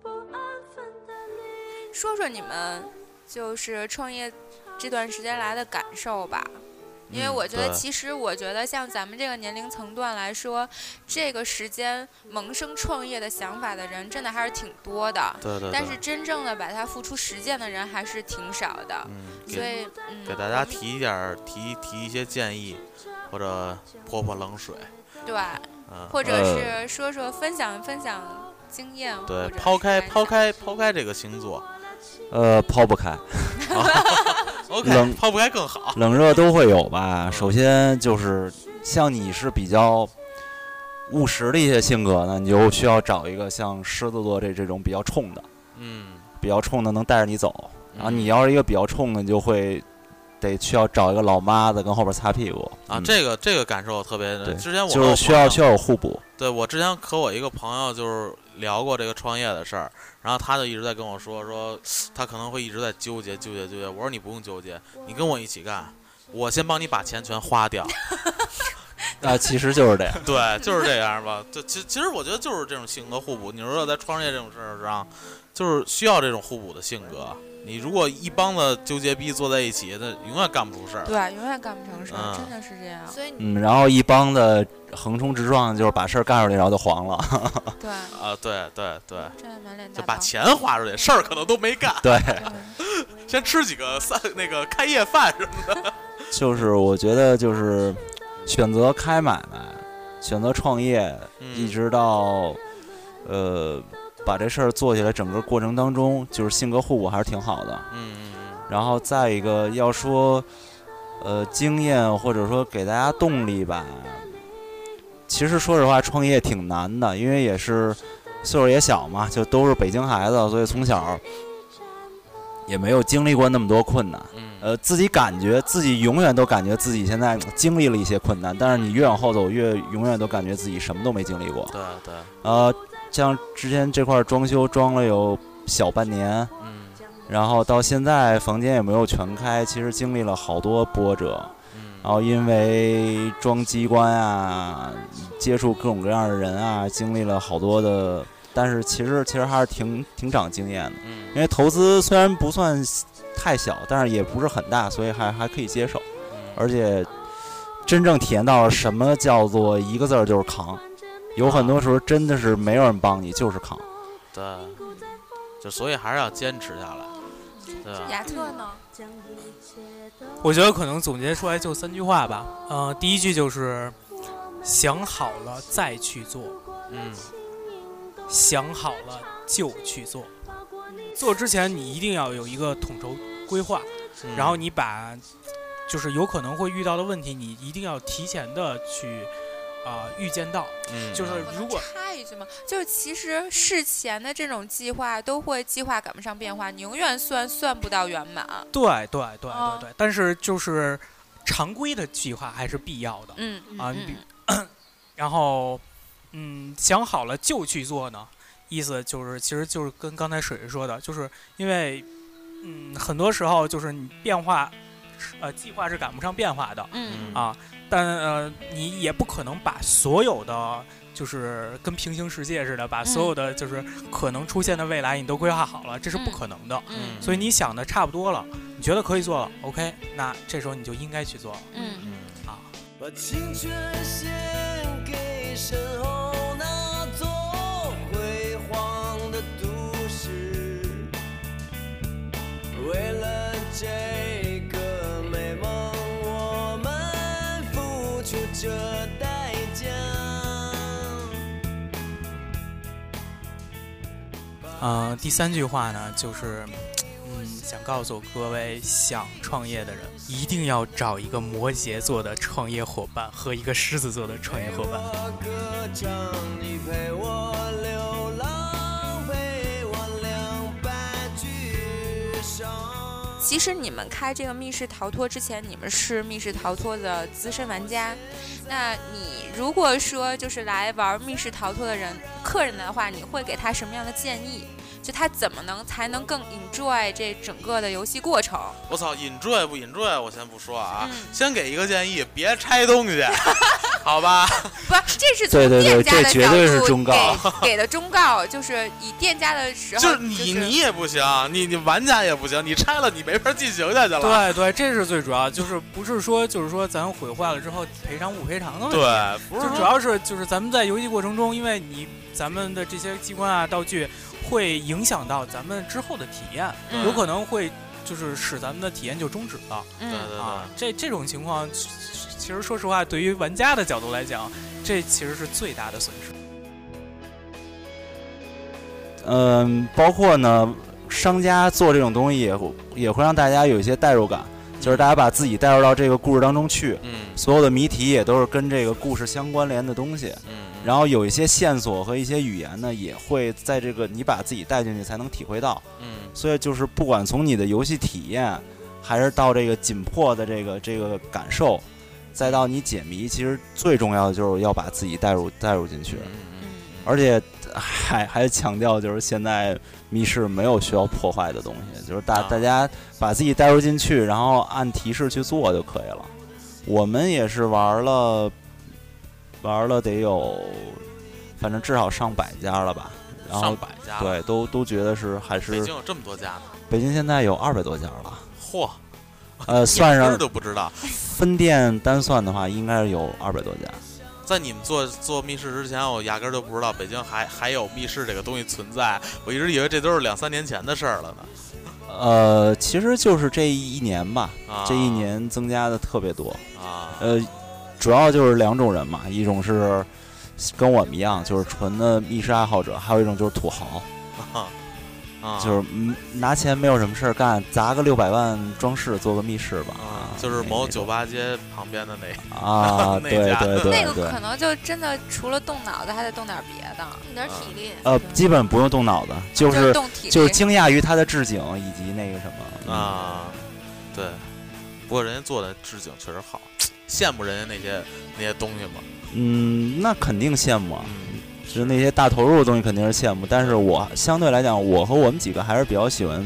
[SPEAKER 9] 不安分的你。
[SPEAKER 2] 说说你们就是创业这段时间来的感受吧。因为
[SPEAKER 3] 嗯
[SPEAKER 2] 我觉得，
[SPEAKER 3] 对
[SPEAKER 2] 其实我觉得像咱们这个年龄层段来说，这个时间萌生创业的想法的人，真的还是挺多的。
[SPEAKER 3] 对对
[SPEAKER 2] 但是真正的把它付出实践的人还是挺少的，
[SPEAKER 3] 嗯，
[SPEAKER 2] 所
[SPEAKER 3] 给
[SPEAKER 2] 以嗯，
[SPEAKER 3] 给大家提一点儿提提一些建议，或者泼泼冷水，
[SPEAKER 2] 对，
[SPEAKER 3] 嗯，
[SPEAKER 2] 或者是说说分享分享经验，
[SPEAKER 3] 对
[SPEAKER 2] 或，者
[SPEAKER 3] 抛开
[SPEAKER 2] 是
[SPEAKER 3] 抛开抛开这个星座
[SPEAKER 5] 呃，抛不开，
[SPEAKER 3] ，OK，
[SPEAKER 5] 冷
[SPEAKER 3] 抛不开更好。
[SPEAKER 5] 冷热都会有吧。首先就是像你是比较务实的一些性格呢，你就需要找一个像狮子座这这种比较冲的，
[SPEAKER 3] 嗯，
[SPEAKER 5] 比较冲的能带着你走。然后
[SPEAKER 3] 嗯
[SPEAKER 5] 你要是一个比较冲的，你就会得需要找一个老妈子跟后边擦屁股
[SPEAKER 3] 啊，
[SPEAKER 5] 嗯
[SPEAKER 3] 这个这个感受特别
[SPEAKER 5] 对，
[SPEAKER 3] 之前我
[SPEAKER 5] 就
[SPEAKER 3] 和我
[SPEAKER 5] 是需
[SPEAKER 3] 朋
[SPEAKER 5] 要
[SPEAKER 3] 友
[SPEAKER 5] 需要有 互补。
[SPEAKER 3] 对我之前和我一个朋友就是聊过这个创业的事儿，然后他就一直在跟我说说他可能会一直在纠结纠结纠结。我说你不用纠结，你跟我一起干，我先帮你把钱全花掉。
[SPEAKER 5] 啊，其实就是这样。
[SPEAKER 3] 对，就是这样吧。就其其实我觉得就是这种性格互补。你说在创业这种事儿上，就是需要这种互补的性格。你如果一帮子纠结逼坐在一起，那永远干不出事儿。
[SPEAKER 2] 对，永远干不成事儿，
[SPEAKER 3] 嗯
[SPEAKER 2] 真的是这样。
[SPEAKER 4] 所以你
[SPEAKER 5] 嗯，然后一帮的横冲直撞，就是把事儿干出去，然后就黄了。
[SPEAKER 2] 对，
[SPEAKER 3] 啊，对对对，
[SPEAKER 2] 真的满脸
[SPEAKER 3] 就
[SPEAKER 2] 大
[SPEAKER 3] 把
[SPEAKER 2] 包。
[SPEAKER 3] 钱花出去，事儿可能都没干，
[SPEAKER 5] 对，
[SPEAKER 3] 先吃几个三那个开业饭什么的。
[SPEAKER 5] 就是我觉得就是选择开买卖，选择创业，一
[SPEAKER 3] 嗯，
[SPEAKER 5] 直到呃把这事儿做起来，整个过程当中就是性格互补还是挺好的。
[SPEAKER 3] 嗯嗯嗯
[SPEAKER 5] 然后再一个要说呃经验或者说给大家动力吧，其实说实话创业挺难的，因为也是岁数也小嘛，就都是北京孩子，所以从小也没有经历过那么多困难。
[SPEAKER 3] 嗯
[SPEAKER 5] 呃，自己感觉自己永远都感觉自己现在经历了一些困难，但是你越往后走，越永远都感觉自己什么都没经历过。
[SPEAKER 3] 对对，
[SPEAKER 5] 呃，像之前这块儿装修装了有小半年，
[SPEAKER 3] 嗯
[SPEAKER 5] 然后到现在房间也没有全开，其实经历了好多波折。然
[SPEAKER 3] 嗯
[SPEAKER 5] 后因为装机关啊，接触各种各样的人啊，经历了好多的，但是其实其实还是挺挺长经验的。
[SPEAKER 3] 嗯
[SPEAKER 5] 因为投资虽然不算太小，但是也不是很大，所以还还可以接受。而且真正体验到了什么叫做一个字儿就是扛，有很多时候真的是没有人帮你，就是扛。
[SPEAKER 3] 对，就所以还是要坚持下来，对吧？
[SPEAKER 2] 亚特呢？
[SPEAKER 6] 我觉得可能总结出来就三句话吧。呃，第一句就是想好了再去做，
[SPEAKER 3] 嗯
[SPEAKER 6] 想好了就去做。做之前你一定要有一个统筹规划，
[SPEAKER 3] 嗯
[SPEAKER 6] 然后你把就是有可能会遇到的问题，你一定要提前的去啊、预见到。
[SPEAKER 3] 嗯
[SPEAKER 6] 就是
[SPEAKER 2] 我
[SPEAKER 6] 如
[SPEAKER 2] 能
[SPEAKER 6] 果
[SPEAKER 2] 插一句吗？就是其实事前的这种计划都会计划赶不上变化，你永远算算不到圆满。
[SPEAKER 6] 对对对对对，哦但是就是常规的计划还是必要的。
[SPEAKER 2] 嗯
[SPEAKER 6] 啊
[SPEAKER 2] 嗯
[SPEAKER 6] 你然后，嗯，想好了就去做呢，意思就是，其实就是跟刚才水水说的，就是因为，嗯，很多时候就是你变化是，呃，计划是赶不上变化的，
[SPEAKER 2] 嗯
[SPEAKER 6] 啊但呃，你也不可能把所有的就是跟平行世界似的，把所有的就是可能出现的未来你都规划好了，这是不
[SPEAKER 2] 嗯
[SPEAKER 6] 可能的。
[SPEAKER 2] 嗯
[SPEAKER 6] 所以你想的差不多了，你觉得可以做了，OK，那这时候你就应该去做了
[SPEAKER 2] 嗯
[SPEAKER 3] 嗯
[SPEAKER 6] 啊。
[SPEAKER 8] 把青春献给身后那座辉煌的都市，为了这个美梦，我们付出这代价。
[SPEAKER 6] 呃，第三句话呢，就是，嗯，想告诉各位想创业的人，一定要找一个摩羯座的创业伙伴和一个狮子座的创业伙伴。
[SPEAKER 8] 我歌唱，你陪我流浪，陪我两败俱伤。
[SPEAKER 2] 其实你们开这个密室逃脱之前，你们是密室逃脱的资深玩家。那你如果说就是来玩密室逃脱的人客人的话，你会给他什么样的建议？就他怎么能才能更 enjoy 这整个的游戏过程？
[SPEAKER 3] 我操，enjoy 不 enjoy 我先不说啊，
[SPEAKER 2] 嗯
[SPEAKER 3] 先给一个建议，别拆东 西，好吧？
[SPEAKER 2] 不是，这是从
[SPEAKER 5] 对对对
[SPEAKER 2] 店家
[SPEAKER 5] 这
[SPEAKER 2] 的
[SPEAKER 5] 绝
[SPEAKER 2] 角
[SPEAKER 5] 对是
[SPEAKER 2] 度
[SPEAKER 5] 忠告
[SPEAKER 2] 给给的忠告，就是以店家的时候，
[SPEAKER 3] 就是是你你也不行，你你玩家也不行，你拆了你没法进行下去了。
[SPEAKER 6] 对啊对，这是最主要，就是不是说就是说咱毁坏了之后赔偿不赔偿的问题，
[SPEAKER 3] 对，不
[SPEAKER 6] 就是主
[SPEAKER 3] 说
[SPEAKER 6] 要是就是咱们在游戏过程中，因为你咱们的这些机关啊道具会影响到咱们之后的体验，
[SPEAKER 2] 嗯
[SPEAKER 6] 有可能会就是使咱们的体验就终止了。
[SPEAKER 3] 对
[SPEAKER 2] 嗯，
[SPEAKER 3] 对
[SPEAKER 6] 啊
[SPEAKER 3] 对，
[SPEAKER 6] 这这种情况，其其实说实话，对于玩家的角度来讲，这其实是最大的损失。
[SPEAKER 5] 嗯，包括呢，商家做这种东西也会也会让大家有一些代入感，就是大家把自己带入到这个故事当中去，
[SPEAKER 3] 嗯
[SPEAKER 5] 所有的谜题也都是跟这个故事相关联的东西，
[SPEAKER 3] 嗯，
[SPEAKER 5] 然后有一些线索和一些语言呢，也会在这个你把自己带进去才能体会到，
[SPEAKER 3] 嗯
[SPEAKER 5] 所以就是不管从你的游戏体验，还是到这个紧迫的这个这个感受。再到你解谜，其实最重要的就是要把自己带入带入进去。
[SPEAKER 3] 嗯
[SPEAKER 5] 而且还还强调就是现在密室没有需要破坏的东西，就是大、
[SPEAKER 3] 啊
[SPEAKER 5] 大家把自己带入进去，然后按提示去做就可以了。我们也是玩了玩了得有，反正至少上百家了吧。
[SPEAKER 3] 嗯，
[SPEAKER 5] 然后
[SPEAKER 3] 上百家，，
[SPEAKER 5] 对，都都觉得是还是
[SPEAKER 3] 北京有这么多家呢，
[SPEAKER 5] 北京现在有二百多家 了，
[SPEAKER 3] 嚯，
[SPEAKER 5] 呃，算
[SPEAKER 3] 一根儿
[SPEAKER 5] 上
[SPEAKER 3] 都不知道。
[SPEAKER 5] 分店单算的话，应该是有二百多家。
[SPEAKER 3] 在你们做做密室之前，我压根儿就不知道北京还还有密室这个东西存在，我一直以为这都是两三年前的事儿了呢。
[SPEAKER 5] 呃，其实就是这一年吧，
[SPEAKER 3] 啊，
[SPEAKER 5] 这一年增加的特别多。
[SPEAKER 3] 啊，
[SPEAKER 5] 呃，主要就是两种人嘛，一种是跟我们一样，就是纯的密室爱好者，还有一种就是土豪，
[SPEAKER 3] 啊啊
[SPEAKER 5] 就是嗯拿钱没有什么事儿干，砸个六百万装饰做个密室吧，
[SPEAKER 3] 啊，就是某
[SPEAKER 5] 那
[SPEAKER 3] 酒吧街旁边的那个。
[SPEAKER 5] 啊，
[SPEAKER 3] 那
[SPEAKER 5] 对
[SPEAKER 3] 家
[SPEAKER 5] 对
[SPEAKER 2] 那
[SPEAKER 5] 对
[SPEAKER 2] 个
[SPEAKER 5] 对
[SPEAKER 2] 可，能就真的除了动脑子，还得动点别的，
[SPEAKER 4] 用点体力。
[SPEAKER 5] 呃，基本不用动脑子，就
[SPEAKER 2] 就是
[SPEAKER 5] 是
[SPEAKER 2] 动体力。
[SPEAKER 5] 就是惊讶于它的置景以及那个什么，
[SPEAKER 3] 啊，对。不过人家做的置景确实好，羡慕人家那些那些东西嘛。
[SPEAKER 5] 嗯，那肯定羡慕啊。
[SPEAKER 3] 嗯
[SPEAKER 5] 就是那些大投入的东西肯定是羡慕，但是我相对来讲，我和我们几个还是比较喜欢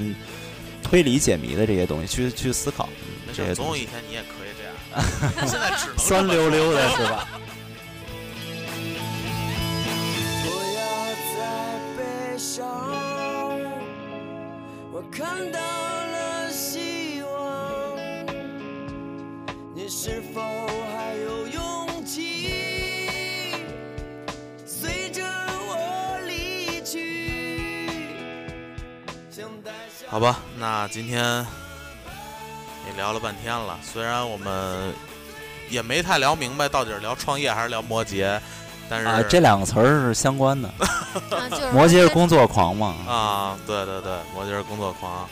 [SPEAKER 5] 推理解谜的这些东西，去去思考。
[SPEAKER 3] 没
[SPEAKER 5] 这些
[SPEAKER 3] 事，总有
[SPEAKER 5] 东西
[SPEAKER 3] 一天你也可以这样。 现在只能这
[SPEAKER 5] 酸
[SPEAKER 3] 么说
[SPEAKER 5] 溜溜的是吧？
[SPEAKER 8] 不要再悲伤，我看到了希望。你是否还有勇气，随着我离去？想带上
[SPEAKER 3] 好吧，那今天也聊了半天了，虽然我们也没太聊明白到底是聊创业还是聊摩羯，但是
[SPEAKER 5] 啊，这两个词儿是相关的。
[SPEAKER 2] 嗯
[SPEAKER 4] 啊就是
[SPEAKER 5] 摩羯是工作狂嘛？
[SPEAKER 3] 啊对对对，摩羯是工作狂，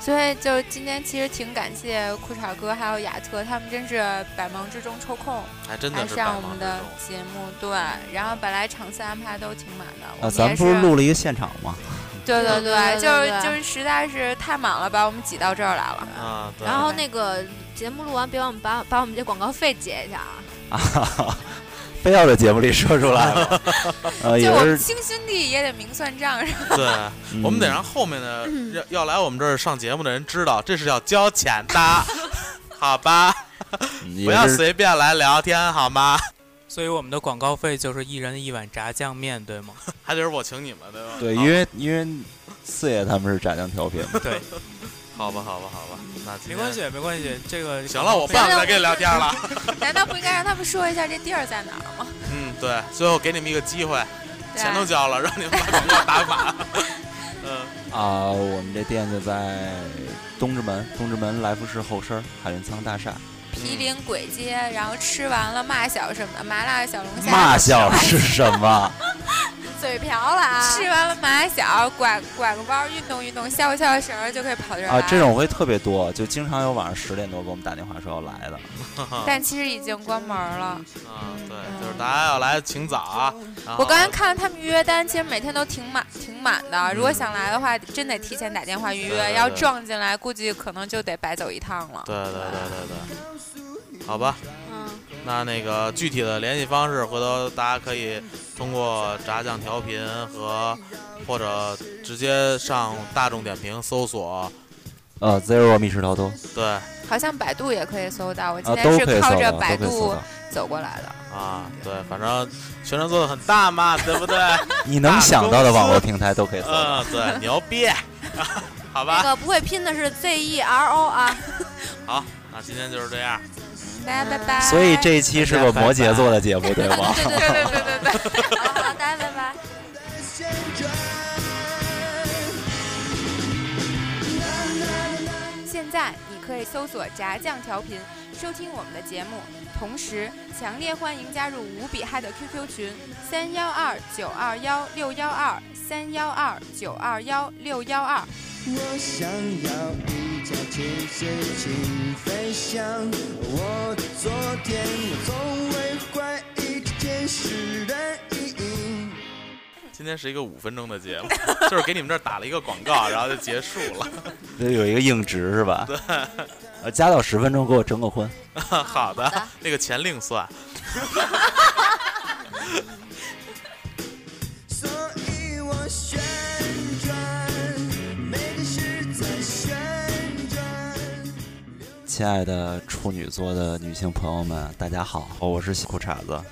[SPEAKER 2] 所以就今天其实挺感谢裤衩哥还有雅特，他们真是百忙之中抽空
[SPEAKER 3] 还真
[SPEAKER 2] 来
[SPEAKER 3] 的是
[SPEAKER 2] 上
[SPEAKER 3] 百
[SPEAKER 2] 我
[SPEAKER 3] 忙
[SPEAKER 2] 们
[SPEAKER 3] 之
[SPEAKER 2] 的
[SPEAKER 3] 中。
[SPEAKER 2] 节目，对。然后本来场次安排都挺满的，我
[SPEAKER 5] 啊，
[SPEAKER 2] 们
[SPEAKER 5] 咱
[SPEAKER 2] 也
[SPEAKER 5] 们不是录了一个现场 吗？
[SPEAKER 2] 对对
[SPEAKER 4] 对对
[SPEAKER 2] 就
[SPEAKER 4] 对
[SPEAKER 2] 是
[SPEAKER 4] 对
[SPEAKER 2] 就是实在是太满了，把我们挤到这儿来
[SPEAKER 6] 哎
[SPEAKER 2] 了。
[SPEAKER 3] 啊，对
[SPEAKER 4] 然后那个节目录完，别忘把把我们这广告费结一下啊！
[SPEAKER 5] 啊，哈哈非要在节目里说出 来了。呃，
[SPEAKER 2] 就
[SPEAKER 5] 也
[SPEAKER 2] 我们
[SPEAKER 5] 是，
[SPEAKER 2] 清新地也得明算账，是吧
[SPEAKER 3] 对，我们得
[SPEAKER 5] 嗯
[SPEAKER 3] 让后面的 要要来我们这儿上节目的人知道，这是要交钱的，好吧？
[SPEAKER 5] 也
[SPEAKER 3] 不要
[SPEAKER 5] 是
[SPEAKER 3] 随便来聊天，好吗？
[SPEAKER 6] 所以我们的广告费就是一人一碗炸酱面，对吗？
[SPEAKER 3] 还得是我请你们，对吧？
[SPEAKER 5] 对，
[SPEAKER 3] 好
[SPEAKER 5] 因为因为四爷他们是炸酱调频 嘛。
[SPEAKER 6] 对，
[SPEAKER 3] 好吧，好吧，好吧，那今
[SPEAKER 6] 没
[SPEAKER 3] 天
[SPEAKER 6] 关。系，没关系。这个
[SPEAKER 3] 行了，我不
[SPEAKER 6] 广告
[SPEAKER 3] 想再跟你聊天了。
[SPEAKER 2] 难道不应该让他们说一下这地儿在哪儿吗？
[SPEAKER 3] 嗯，对，最后给你们一个机会，
[SPEAKER 2] 对
[SPEAKER 3] 钱都交了，让你们把广告 打满。嗯，
[SPEAKER 5] 啊，我们这店就在东直门，东直门来福士后身儿海伦仓大厦。
[SPEAKER 2] 毗邻簋街，然后吃完了骂小什么的麻辣小龙虾，
[SPEAKER 5] 骂笑是什么？
[SPEAKER 4] 嘴瓢了啊！
[SPEAKER 2] 吃完了麻小，拐拐个弯儿运动运动，消消神儿就可以跑这儿
[SPEAKER 5] 啊，
[SPEAKER 2] 来
[SPEAKER 5] 这，种会特别多，就经常有晚上十点多给我们打电话说要来的。
[SPEAKER 2] 但其实已经关门了。
[SPEAKER 3] 啊，对，就是大家要来请早啊。然
[SPEAKER 2] 嗯
[SPEAKER 3] 后
[SPEAKER 2] 我刚才看了他们预约单，其实每天都挺满，挺满
[SPEAKER 5] 嗯
[SPEAKER 2] 的。如果想来的话，真得提前打电话预
[SPEAKER 3] 对对
[SPEAKER 2] 约，
[SPEAKER 3] 对
[SPEAKER 2] 要撞进来，估计可能就得白走一趟了。
[SPEAKER 3] 对对对对对，好吧，
[SPEAKER 4] 嗯，
[SPEAKER 3] 那那个具体的联系方式，回头大家可以通过炸酱调频和或者直接上大众点评搜索，
[SPEAKER 5] 呃，Zero 密室逃脱
[SPEAKER 3] 对
[SPEAKER 2] 好像百度也可以搜到，我今
[SPEAKER 5] 啊，
[SPEAKER 2] 天
[SPEAKER 5] 都可
[SPEAKER 2] 是
[SPEAKER 5] 以
[SPEAKER 2] 靠
[SPEAKER 5] 搜
[SPEAKER 2] 着
[SPEAKER 5] 到，
[SPEAKER 2] 百
[SPEAKER 5] 都可以搜
[SPEAKER 2] 度
[SPEAKER 5] 到。
[SPEAKER 2] 走过来的。
[SPEAKER 3] 啊，对，反正宣传做的很大嘛，对 不对？
[SPEAKER 5] 你能想到的网络平台都可以搜到。
[SPEAKER 3] 嗯，对，牛逼， 好
[SPEAKER 4] 那
[SPEAKER 3] 吧，
[SPEAKER 4] 个不会拼的是 Z E R O 啊，
[SPEAKER 3] 好，那今天就是这样。
[SPEAKER 2] 大家拜拜。
[SPEAKER 5] 所以这一期是个摩羯座的节目，对 吗？
[SPEAKER 2] 对对对对对对。
[SPEAKER 4] 好好，大家 拜拜。
[SPEAKER 2] 现在你可以搜索“炸酱调频”收听我们的节目。同时，强烈欢迎加入无比嗨的 QQ 群三幺二九二幺六幺二三幺二九二幺六幺二。
[SPEAKER 8] 我想要一架直升机飞向我的昨天，我从未怀疑这件事的意义。
[SPEAKER 3] 今天是一个五分钟的节目，就是给你们这儿打了一个广告，然后就结束了。
[SPEAKER 5] 得有一个硬值是吧？对，呃，加到十分钟给我征个婚。
[SPEAKER 3] 好
[SPEAKER 4] 好的
[SPEAKER 3] 的，那个钱另算。
[SPEAKER 8] 所以我旋转，每个是在旋转。
[SPEAKER 5] 亲爱的处女座的女性朋友们，大家好，我是小裤衩子。